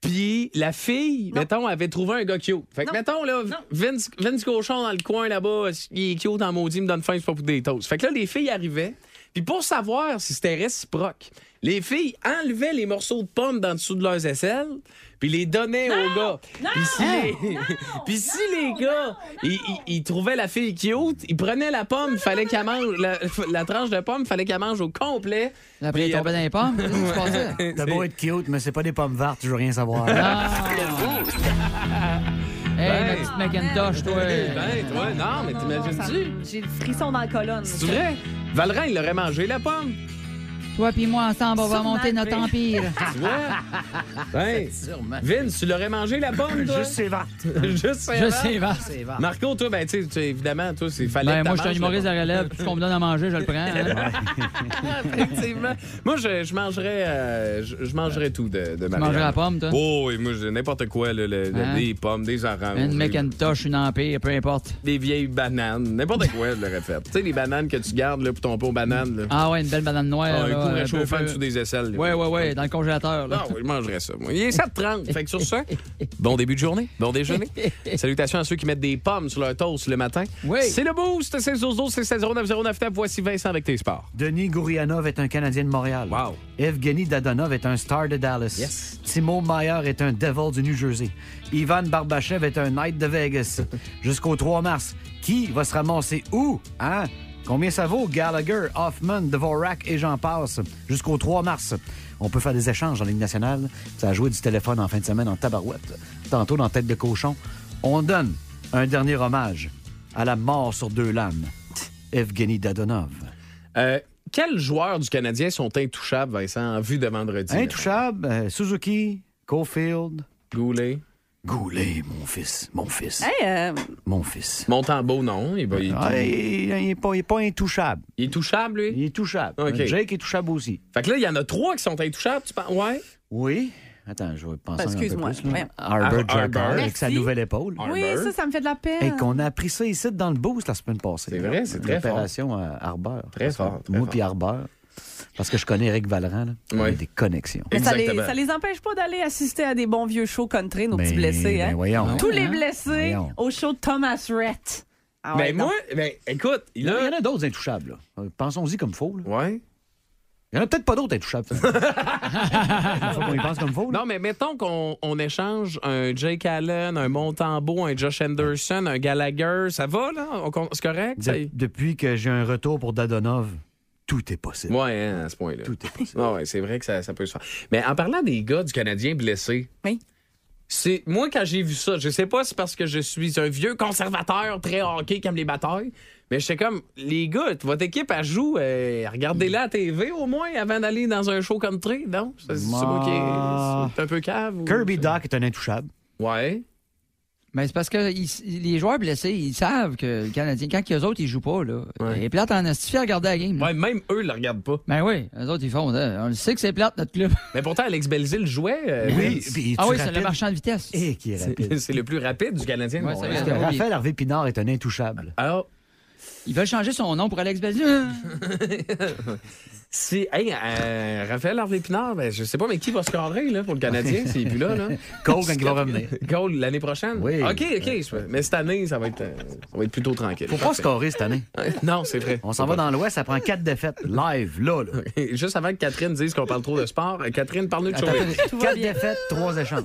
Puis la fille, mettons, avait trouvé un gars cute. Fait que,
Non.
mettons, là, Vince, Vince Cochon dans le coin là-bas, il est cute en maudit, il me donne faim, c'est pas pour des toasts. Fait que là, les filles arrivaient. Puis pour savoir si c'était réciproque, les filles enlevaient les morceaux de pommes dans dessous de leurs aisselles, puis les donnaient aux gars. Puis si, les, puis si les gars, ils, ils- ils trouvaient la fille cute, ils prenaient la pomme, fallait qu'elle mange, la, la tranche de pomme, fallait qu'elle mange au complet.
Après, il est
Puis,
tombé dans les pommes. Qu'est-ce qui se passait?
T'as beau être cute, mais c'est pas des pommes vertes, je veux rien savoir.
Hey, ma petite Macintosh, toi.
Ben, toi, non, mais t'imagines-tu?
J'ai le frisson dans la colonne.
C'est vrai? Valran, il aurait mangé la pomme,
Toi puis moi, ensemble, on va
Sûrement,
monter notre
oui.
empire.
tu vois? Ben,
Sûrement.
Vince, tu l'aurais mangé la pomme, toi?
Juste c'est vertes.
Juste c'est
Je
vrai.
sais pas.
Marco, toi, ben, tu sais, tu sais, évidemment, toi, c'est fallait
Ben,
que
moi,
t'en
je suis un
manges
humoriste
la
à relève. Tout ce qu'on me donne à manger, je le prends. hein.
pomme. Effectivement. Moi, je, je mangerais, euh, je, je mangerais tout de, de ma
Tu mangerais la pomme, toi?
Oh, oui, moi, j'ai n'importe quoi, là, le- le-
Hein?
des pommes, des oranges.
Une
des-
Macintosh, une empire, peu importe.
des vieilles bananes, n'importe quoi, je l'aurais fait. Tu sais, les bananes que tu gardes là, pour ton pot aux bananes. Là.
Ah ouais, une belle banane noire.
Ah, un
là,
coup
un peu-
réchauffant
peu-
sous des aisselles. là.
Ouais, ouais, ouais, dans le congélateur. Là.
Ah oui, je mangerais ça. moi. Il est 7h30. Fait que sur ça, bon début de journée, bon déjeuner. Salutations à ceux qui mettent des pommes sur leur toast le matin.
Oui.
C'est le boost, c'est Zozo, c'est 160909 Tap. Voici Vincent avec tes sports.
Denis Gourianov est un Canadien de Montréal.
Wow.
Evgeny Dadonov est un star de Dallas.
Yes.
Timo Meyer est un Devil du New Jersey. Ivan Barbachev est un Knight de Vegas. Jusqu'au 3 mars, qui va se ramasser où? Hein? Combien ça vaut? Gallagher, Hoffman, Dvorak et j'en passe. Jusqu'au 3 mars. On peut faire des échanges en Ligue nationale. Ça a joué du téléphone en fin de semaine en tabarouette. Tantôt dans Tête de cochon. On donne un dernier hommage à la mort sur deux lames. Evgeny Dadonov.
Euh, quels joueurs du Canadien sont intouchables, Vincent, en vue de vendredi? là?
Intouchable, euh, Suzuki, Caulfield.
Goulet.
Goulet, mon fils, mon fils,
Hey, euh,
mon fils.
Montembeau, non. Il, va- il-
Ah, il n'est pas, il est pas intouchable.
il est touchable, lui.
Il est touchable.
Ok.
Jake est touchable aussi.
Fait que là, il y en a trois qui sont intouchables, tu penses? Ouais.
Oui. Attends, je vais penser
Ben,
un peu
excuse-moi,
plus. là.
voyons.
Arbor
Ar-
Jagger
Arbor.
avec sa
Merci. Ah.
nouvelle épaule.
oui,
Arbor.
ça, ça me fait de la peine.
Et qu'on a appris ça ici dans le boost la semaine passée.
C'est vrai, c'est très fort.
L'opération à Arbor.
Très
Parce que
fort, très
Moi
fort.
puis Arbor. Parce que je connais Eric Valran. là. On a
Oui.
des connexions.
Mais ça les,
Exactement.
ça les empêche pas d'aller assister à des bons vieux shows country, nos petits
Ben,
blessés.
ben
hein.
voyons.
Tous les
Hein?
blessés
Voyons.
au show de Thomas Rhett. Ah
Mais
ouais,
moi,
donc,
ben, écoute, il
Il y en
a.
a d'autres intouchables. là. Euh, Pensons-y comme faux. là.
Ouais.
Il y en a peut-être pas d'autres intouchables. finalement. Faut qu'on y pense comme faux. là.
Non, mais mettons qu'on on échange un Jake Allen, un Montembeau, un Josh Anderson, un Gallagher. Ça va, là? On con- C'est correct? ça?
De- depuis que j'ai un retour pour Dadonov, tout est possible.
Ouais, hein, à ce point-là. Ah
Tout est possible.
Ouais, ouais, c'est vrai que ça, ça peut se faire. Mais en parlant des gars du Canadien blessé.
Oui.
C'est, moi, quand j'ai vu ça, je sais pas si c'est parce que je suis un vieux conservateur très hockey qui aime les batailles, mais j'étais comme, les gars, votre équipe, elle joue, euh, regardez-la à TV au moins avant d'aller dans un show country, non? C'est, c'est moi qui est, c'est un peu cave. ou-
Kirby Doc est un intouchable.
Ouais.
Mais c'est parce que ils- les joueurs blessés, ils savent que le Canadien, quand les autres, ils jouent pas, là.
Ouais.
Et plate en astuce, à regarder la game. là.
Ouais, même eux le regardent pas.
Ben oui, les autres, ils font. hein. On le sait que c'est plate, notre club.
Mais pourtant, Alex Belzil jouait. euh,
Eh
Vince.
puis
Ah
tu
oui, c'est le
rappelles-
marchand de vitesse.
Eh, qui est
c'est,
rapide.
c'est le plus rapide du Canadien. de
Ouais, c'est
Montréal.
vrai.
Raphaël Harvey Pinard est un intouchable.
Alors,
Ils veulent changer son nom pour Alex Belzil.
Si, hey, euh, Raphaël Harvey Pinard, ben, je sais pas, mais qui va se cadrer là, pour le Canadien s'il est plus là? là?
Cole, quand il va revenir.
Cole, l'année prochaine?
Oui.
OK, OK. je- Mais cette année, ça va être, euh, ça va être plutôt tranquille.
Faut pas se carrer cette année.
Non, c'est vrai.
On s'en va dans l'Ouest, ça prend quatre défaites live, là. là.
Juste avant que Catherine dise qu'on parle trop de sport, euh, Catherine, parle-nous de
Attends,
Showbiz.
quatre défaites, trois échanges.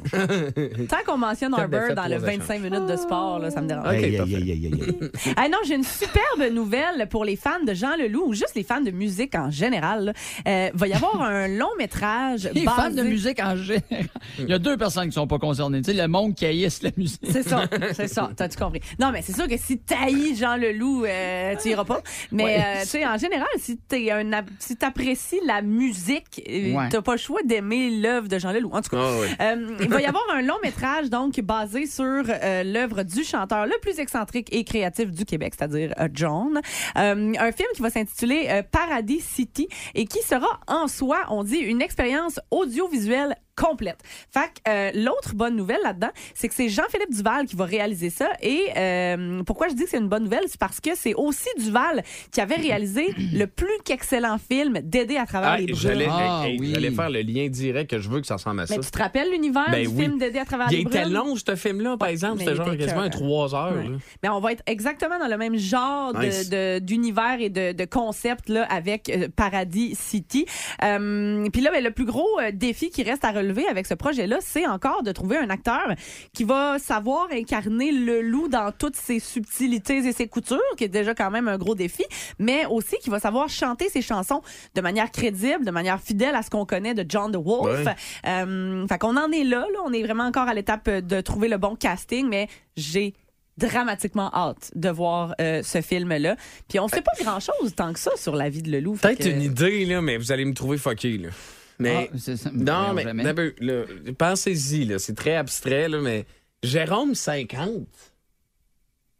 Tant qu'on mentionne
Quatre
Harbour
défaites,
dans le
trois
25 minutes de sport, là, ça me dérange.
Ok,
Aïe, aïe,
parfait.
aïe, aïe, aïe, aïe.
Ah non, j'ai une superbe nouvelle pour les fans de Jean Leloup ou juste les fans de musique en général. là. Euh, va y avoir un long métrage
Les fans
basé...
de musique en général. Il y a deux personnes qui sont pas concernées. Tu sais, le monde qui haïsse la musique.
C'est ça, c'est ça, t'as-tu compris? Non, mais c'est sûr que si t'haïs Jean Leloup, euh, tu iras pas. Mais
Ouais.
euh, tu sais, en général, si t'es un ab- si t'apprécies la musique, euh,
Ouais.
t'as pas le choix d'aimer l'œuvre de Jean Leloup. En tout cas,
Ah oui.
euh, il va y avoir un long métrage donc basé sur euh, l'œuvre du chanteur le plus excentrique et créatif du Québec, c'est-à-dire euh, John. Euh, un film qui va s'intituler euh, Paradis City et qui sera en soi, on dit, une expérience audiovisuelle complète. Fait que, euh, l'autre bonne nouvelle là-dedans, c'est que c'est Jean-Philippe Duval qui va réaliser ça. Et euh, pourquoi je dis que c'est une bonne nouvelle, c'est parce que c'est aussi Duval qui avait réalisé le plus qu'excellent film d'aider à travers
Ah,
les brumes.
J'allais
Ah,
hey, hey,
oui.
j'allais faire le lien direct que je veux que ça ressemble à ça.
Mais tu te rappelles l'univers
Ben
du
oui.
film d'aider à travers
Il
Ah, les brumes?
était long, ce film-là, par exemple.
mais
C'était
il
genre
était
quasiment un
cœur.
3 heures.
Ouais.
là.
Mais Ben, on va être exactement dans le même genre de-
Nice.
de- d'univers et de, de concept là, avec euh, Paradis City. Euh, Puis là, ben, le plus gros euh, défi qui reste à relever avec ce projet-là, c'est encore de trouver un acteur qui va savoir incarner le loup dans toutes ses subtilités et ses coutures, qui est déjà quand même un gros défi, mais aussi qui va savoir chanter ses chansons de manière crédible, de manière fidèle à ce qu'on connaît de John DeWolf.
Ouais.
Euh, fait qu'on en est là, là. On est vraiment encore à l'étape euh, de trouver le bon casting, mais j'ai dramatiquement hâte de voir euh, ce film-là. Puis on sait pas grand-chose tant que ça sur la vie de Leloup. fait
Peut-être
que-
une idée, là, mais vous allez me trouver fucké. Là. Mais
Ah, c'est ça.
Non,
Voyons
mais
jamais.
d'un peu, là, pensez-y, là, c'est très abstrait, là, mais Jérôme 50,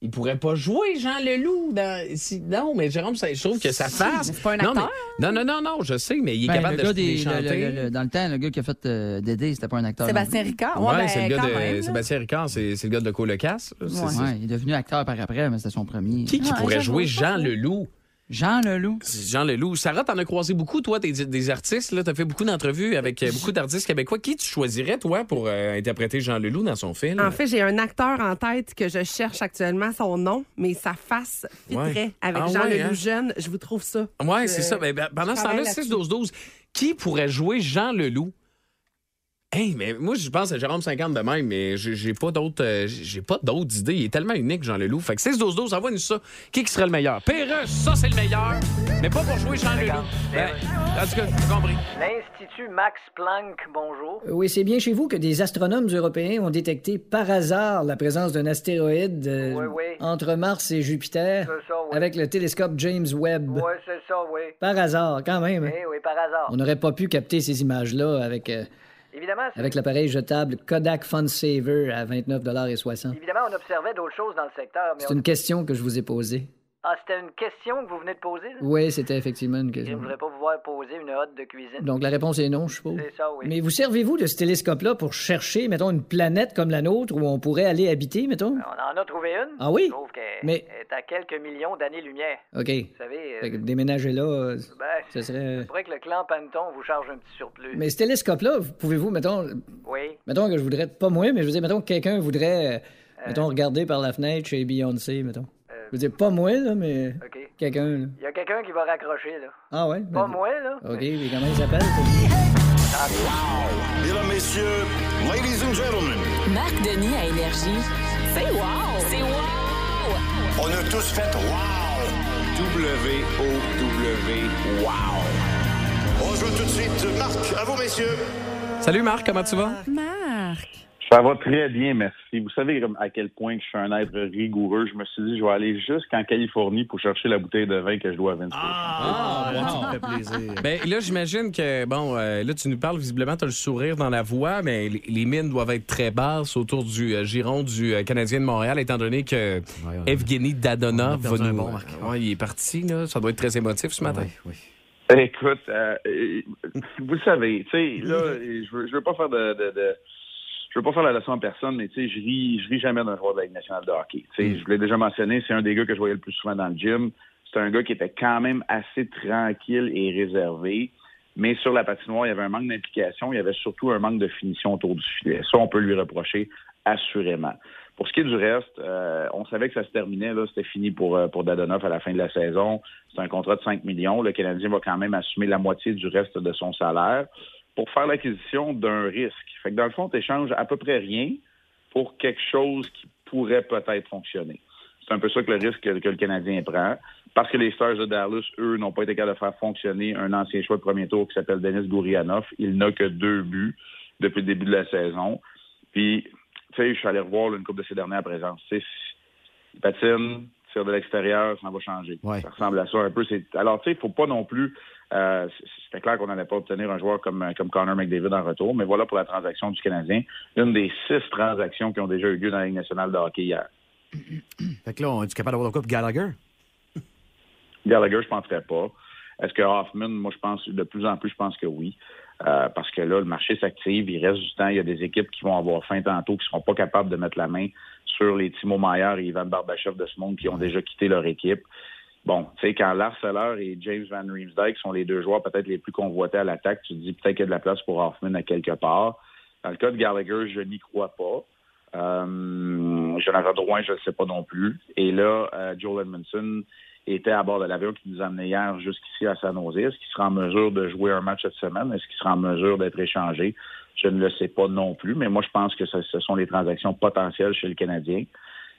il pourrait pas jouer Jean Leloup. Dans, si- non, mais Jérôme, ça- je trouve que ça
Si,
fasse.
mais c'est pas un
non,
acteur.
mais- non, non, non, non, je sais, mais il est
Ben,
capable
le
de,
gars
de
des- le-
chanter.
le- le- dans le temps, le gars qui a fait euh, Dédé, c'était pas un acteur.
Sébastien
non
Ricard.
Ouais,
Ouais, ben,
c'est le gars
quand
de
même, là.
Sébastien Ricard, c'est, c'est le gars de Colocasse.
plus. Ouais, il est devenu acteur par après, mais c'était son premier.
Qui, qui
Ah,
pourrait
j'avoue,
jouer
je
Jean
pense, ouais.
Leloup?
Jean Leloup.
Jean Leloup. Sarah, t'en as croisé beaucoup, toi, des, des artistes. Là, t'as fait beaucoup d'entrevues avec euh, beaucoup d'artistes québécois. Qui tu choisirais, toi, pour euh, interpréter Jean Leloup dans son film?
En fait, j'ai un acteur en tête que je cherche actuellement son nom, mais sa face fitrait
Ouais.
avec
Ah
Jean
ouais,
Leloup
hein?
jeune. Je vous trouve ça.
Ouais, c'est ça. Mais ben, pendant ce temps-là,
euh, travaille
6-12-12, qui pourrait jouer Jean Leloup? Hey, mais moi, je pense à Jérôme 50 de même, mais j'ai j'ai pas d'autres euh, j'ai pas d'autres idées. Il est tellement unique, Jean Leloup. Fait que 6-12-12, envoie-nous ça. Qui qui serait le meilleur? Pérus, ça, c'est le meilleur, mais pas pour jouer Jean Leloup. Ben, en tout cas, j'ai compris.
L'Institut Max Planck, bonjour.
Euh, Oui, c'est bien chez vous que des astronomes européens ont détecté par hasard la présence d'un astéroïde euh,
Oui, oui.
entre Mars et Jupiter
C'est ça, oui.
avec le télescope James Webb.
Oui, c'est ça, oui.
Par hasard, quand même. hein.
Eh oui, par hasard.
On n'aurait pas pu capter ces images-là avec, euh,
Évidemment, c'est-
avec l'appareil jetable Kodak FunSaver à 29,60
évidemment, on observait d'autres choses dans le secteur, mais
C'est
on-
une question que je vous ai posée.
Ah, c'était une question que vous venez de poser, là?
Oui, c'était effectivement une
Je ne
question.
voudrais pas vous voir poser une hotte de cuisine.
Donc la réponse est non, je suppose.
C'est ça, oui.
Mais vous servez-vous de ce télescope-là pour chercher, mettons, une planète comme la nôtre où on pourrait aller habiter, mettons?
On en a trouvé une.
Ah oui?
Je trouve qu'elle
Mais-
est à quelques millions d'années-lumière.
OK.
Vous savez, euh,
Fait que déménager là, euh,
ben,
ce
c'est
serait...
vrai que le clan Panton vous charge un petit surplus.
Mais ce télescope-là, vous- pouvez-vous, mettons,
Oui.
mettons que je voudrais, pas moi, mais je veux dire, mettons que quelqu'un voudrait, euh, mettons, regarder par la fenêtre chez Beyoncé, mettons.
Euh.
Je veux dire, pas moi, là, mais
OK.
quelqu'un, là.
Il y a quelqu'un qui va raccrocher, là.
Ah ouais?
Pas
ben-
moi, là.
OK, mais comment il s'appelle?
Mesdames, messieurs, ladies and gentlemen,
Marc Denis à Énergie. C'est wow! C'est wow!
on a tous fait wow! W-O-W, wow! On joue tout de suite. Marc, à vous, messieurs.
Salut Marc, comment tu vas?
Marc.
Ça va très bien, merci. Vous savez à quel point que je suis un être rigoureux. Je me suis dit, je vais aller jusqu'en Californie pour chercher la bouteille de vin que je dois à Vince.
Ah, là, tu me fais plaisir.
Ben là, j'imagine que, bon, euh, là, tu nous parles, visiblement, tu as le sourire dans la voix, mais les, les mines doivent être très basses autour du euh, giron du euh, Canadien de Montréal, étant donné que
on a-
Evgeny Dadonov
on a perdu
va nous... euh,
un bon marqueur.
Ouais, il est parti, là. Ça doit être très émotif ce matin.
Oui, oui.
Écoute, euh, euh, vous le savez, tu sais, là, je veux, je veux pas faire de, de- de- je veux pas faire la leçon à personne, mais tu sais, je ris, je ris jamais d'un joueur de la Ligue nationale de hockey. Tu sais, je vous l'ai déjà mentionné, c'est un des gars que je voyais le plus souvent dans le gym. c'est un gars qui était quand même assez tranquille et réservé. Mais sur la patinoire, il y avait un manque d'implication, il y avait surtout un manque de finition autour du filet. Ça, on peut lui reprocher assurément. Pour ce qui est du reste, euh, on savait que ça se terminait, là, c'était fini pour, euh, pour Dadonoff à la fin de la saison. C'est un contrat de 5 millions. Le Canadien va quand même assumer la moitié du reste de son salaire pour faire l'acquisition d'un risque. Fait que dans le fond, tu échanges à peu près rien pour quelque chose qui pourrait peut-être fonctionner. C'est un peu ça que le risque que, que le Canadien prend. Parce que les Stars de Dallas, eux, n'ont pas été capables de faire fonctionner un ancien choix de premier tour qui s'appelle Denis Gourianoff. Il n'a que deux buts depuis le début de la saison. Puis, tu sais, je suis allé revoir là, une coupe de ses dernières présences. Tu sais, il patine, tire de l'extérieur, ça va changer. Ça ressemble à ça un peu. C'est- Alors, tu sais, il faut pas non plus. euh, c- C'était clair qu'on n'allait pas obtenir un joueur comme, comme Connor McDavid en retour, mais voilà pour la transaction du Canadien. Une des six transactions qui ont déjà eu lieu dans la Ligue nationale de hockey hier.
Fait que là, on est capable d'avoir le coup pour Gallagher?
Gallagher, je ne penserais pas. Est-ce que Hoffman, moi, je pense, de plus en plus, je pense que oui. Euh, parce que là, le marché s'active, il reste du temps, il y a des équipes qui vont avoir faim tantôt, qui ne seront pas capables de mettre la main sur les Timo Maillard et Ivan Barbachev de ce monde qui ont déjà quitté leur équipe. Bon, tu sais, quand Lars Eller et James Van Riemsdyk sont les deux joueurs peut-être les plus convoités à l'attaque, tu te dis peut-être qu'il y a de la place pour Hoffman à quelque part. Dans le cas de Gallagher, je n'y crois pas. Euh, Jonathan Drouin, je ne sais pas non plus. Et là, euh, Joel Edmondson était à bord de l'avion qui nous amenait hier jusqu'ici à San Jose. Est-ce qu'il sera en mesure de jouer un match cette semaine? Est-ce qu'il sera en mesure d'être échangé? Je ne le sais pas non plus, mais moi, je pense que ce, ce sont les transactions potentielles chez le Canadien.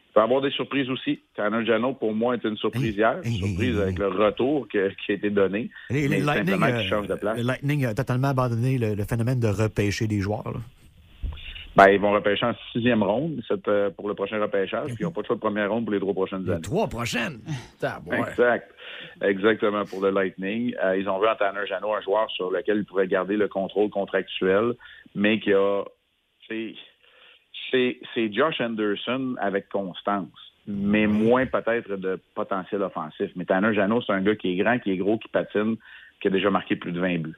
Il peut y avoir des surprises aussi. Tanner Jano, pour moi, est une surprise hier. Une surprise avec le retour que- qui a été donné.
Les- les
mais
Lightning,
simplement qu'il
euh,
change de place.
Le Lightning a totalement abandonné le, le phénomène de repêcher des joueurs. là.
Ben, ils vont repêcher en sixième ronde cette, euh, pour le prochain repêchage,
Mm-hmm.
puis ils n'ont pas de choix de première ronde pour les trois prochaines années.
Trois prochaines!
Exact. Exactement pour le Lightning. Euh, ils ont vu en Tanner Janot un joueur sur lequel ils pourraient garder le contrôle contractuel, mais qui a. C'est c'est- c'est Josh Anderson avec constance, mais moins peut-être de potentiel offensif. Mais Tanner Janot, c'est un gars qui est grand, qui est gros, qui patine, qui a déjà marqué plus de 20 buts.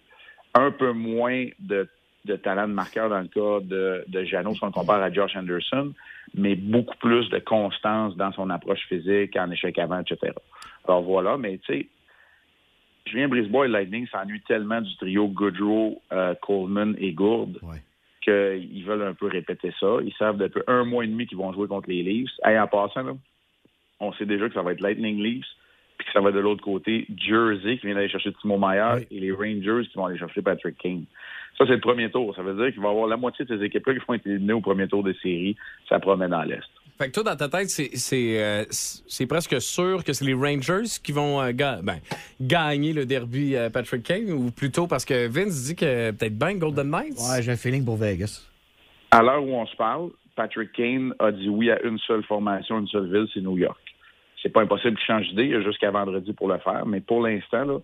Un peu moins de, de talent de marqueur dans le cas de, de Janot si on le compare à Josh Anderson, mais beaucoup plus de constance dans son approche physique, en échec avant, etc. Alors voilà, mais tu sais, Julien Brisebois et Lightning s'ennuient tellement du trio Goodrow, euh, Coleman et Gourde qu'ils veulent un peu répéter ça. Ils savent depuis un mois et demi qu'ils vont jouer contre les Leafs. Et en passant, là, on sait déjà que ça va être Lightning Leafs, puis que ça va être de l'autre côté Jersey qui vient d'aller chercher Timo Meyer et les Rangers qui vont aller chercher Patrick King. Ça, c'est le premier tour. Ça veut dire qu'il va y avoir la moitié de ces équipes-là qui vont être éliminées au premier tour des séries. Ça promet dans l'Est.
Fait que toi, dans ta tête, c'est, c'est, euh, c'est- c'est presque sûr que c'est les Rangers qui vont euh, ga- ben, gagner le derby euh, Patrick Kane, ou plutôt parce que Vince dit que peut-être bien Golden Knights.
Ouais, j'ai un feeling pour Vegas.
À l'heure où on se parle, Patrick Kane a dit oui à une seule formation, une seule ville, c'est New York. C'est pas impossible qu'il change d'idée, il a jusqu'à vendredi pour le faire, mais pour l'instant, là,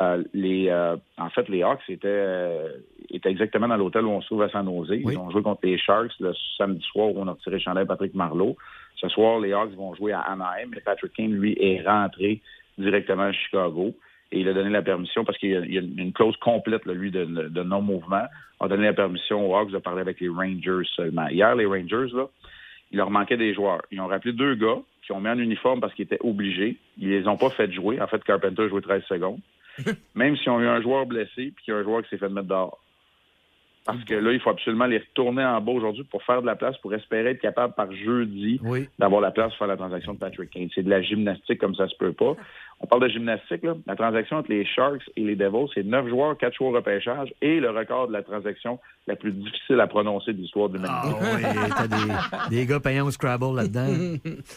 euh, les, euh, en fait, les Hawks étaient, euh, étaient exactement dans l'hôtel où on se trouve à San Jose. Ils ont joué contre les Sharks le samedi soir où on a retiré le chandail Patrick Marleau. Ce soir, les Hawks vont jouer à Anaheim, mais Patrick Kane, lui, est rentré directement à Chicago. Et il a donné la permission, parce qu'il y a, il y a une clause complète, là, lui, de, de non-mouvement, a donné la permission aux Hawks de parler avec les Rangers seulement. Hier, les Rangers, là, il leur manquait des joueurs. Ils ont rappelé deux gars qui ont mis en uniforme parce qu'ils étaient obligés. Ils les ont pas fait jouer. En fait, Carpenter a joué 13 secondes. Même si on a eu un joueur blessé puis qu'il y a un joueur qui s'est fait mettre dehors. Parce que là, il faut absolument les retourner en bas aujourd'hui pour faire de la place, pour espérer être capable par jeudi d'avoir la place pour faire la transaction de Patrick Kane. C'est de la gymnastique comme ça se peut pas. On parle de gymnastique, là. La transaction entre les Sharks et les Devils, c'est 9 joueurs, 4 joueurs au repêchage et le record de la transaction la plus difficile à prononcer de l'histoire de
Ah
l'humanité.
T'as des, des gars payants au Scrabble là-dedans.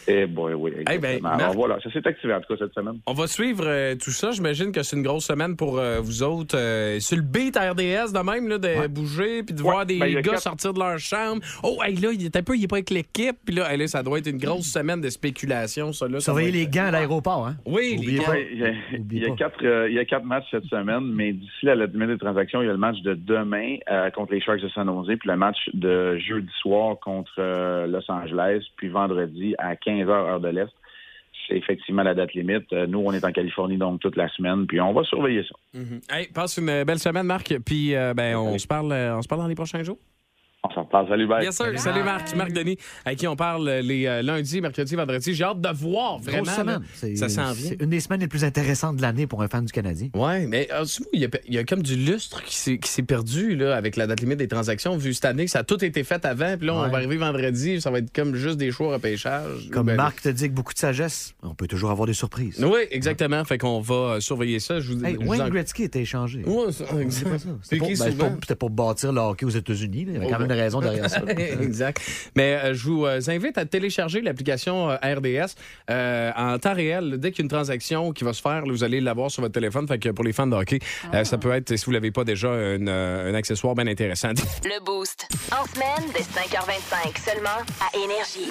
Eh boy, oui, exactement.
Eh ben,
Alors
Marc-
voilà, ça s'est activé en tout cas cette semaine.
On va suivre euh, tout ça. J'imagine que c'est une grosse semaine pour euh, vous autres. euh, sur le beat RDS, de même, là, de bouger, puis de voir des
ben, il y a
gars
quatre-
sortir de leur chambre. Oh, hey, là, il est un peu, il est pas avec l'équipe. Puis là, hey, là, ça doit être une grosse semaine de spéculation, ça. Là, Ça
Surveiller
doit
les
être-
gants à l'aéroport, hein?
Oui, les gars.
Ouais, il y a- il y a quatre, euh, il y a quatre matchs cette semaine, mais d'ici la limite des transactions, il y a le match de demain euh, contre les Sharks de San Jose, puis le match de jeudi soir contre euh, Los Angeles, puis vendredi à 15h heure de l'Est. C'est effectivement la date limite. Euh, Nous, on est en Californie donc toute la semaine, puis on va surveiller ça.
euh, Mhm. Hey, passe une belle semaine, Marc. Puis, euh, ben, on se parle, euh, on se parle dans les prochains jours.
On s'en parle. Salut, bye.
Bien sûr. Salut Marc, Marc Denis, à qui on parle euh, les euh, lundis, mercredis, vendredis. J'ai hâte de voir vraiment.
Grosse
là.
semaine. C'est-
Ça s'en vient.
C'est une des semaines les plus intéressantes de l'année pour un fan du Canadien.
Oui, mais euh, c'est fou, il y, a, il y a comme du lustre qui s'est qui s'est perdu là, avec la date limite des transactions. Vu cette année, que ça a tout été fait avant, puis là, on
Ouais.
va arriver vendredi, ça va être comme juste des choix au repêchage.
Comme
Ben,
Marc te dit avec beaucoup de sagesse, on peut toujours avoir des surprises.
Oui, exactement. Fait qu'on va euh, surveiller ça. Je vous,
Hey,
je vous
Wayne
en-
Gretzky était échangé.
Ouais, ça,
C'est
exact.
pas ça.
C'est
C'était pour,
qui Oh, ben.
ben, c'est
souvent?
pour- c'était pour bâtir le hockey aux États-Unis. là. Il y avait quand même une raison derrière ça.
exact. Mais euh, je vous euh, invite à télécharger l'application euh, RDS euh, en temps réel. Dès qu'il y a une transaction qui va se faire, là, vous allez l'avoir sur votre téléphone. Fait que pour les fans de hockey, euh,
Ah.
ça peut être, si vous l'avez pas déjà, une, euh, un accessoire bien intéressant.
Le Boost. En semaine, dès 5h25, seulement à Énergie.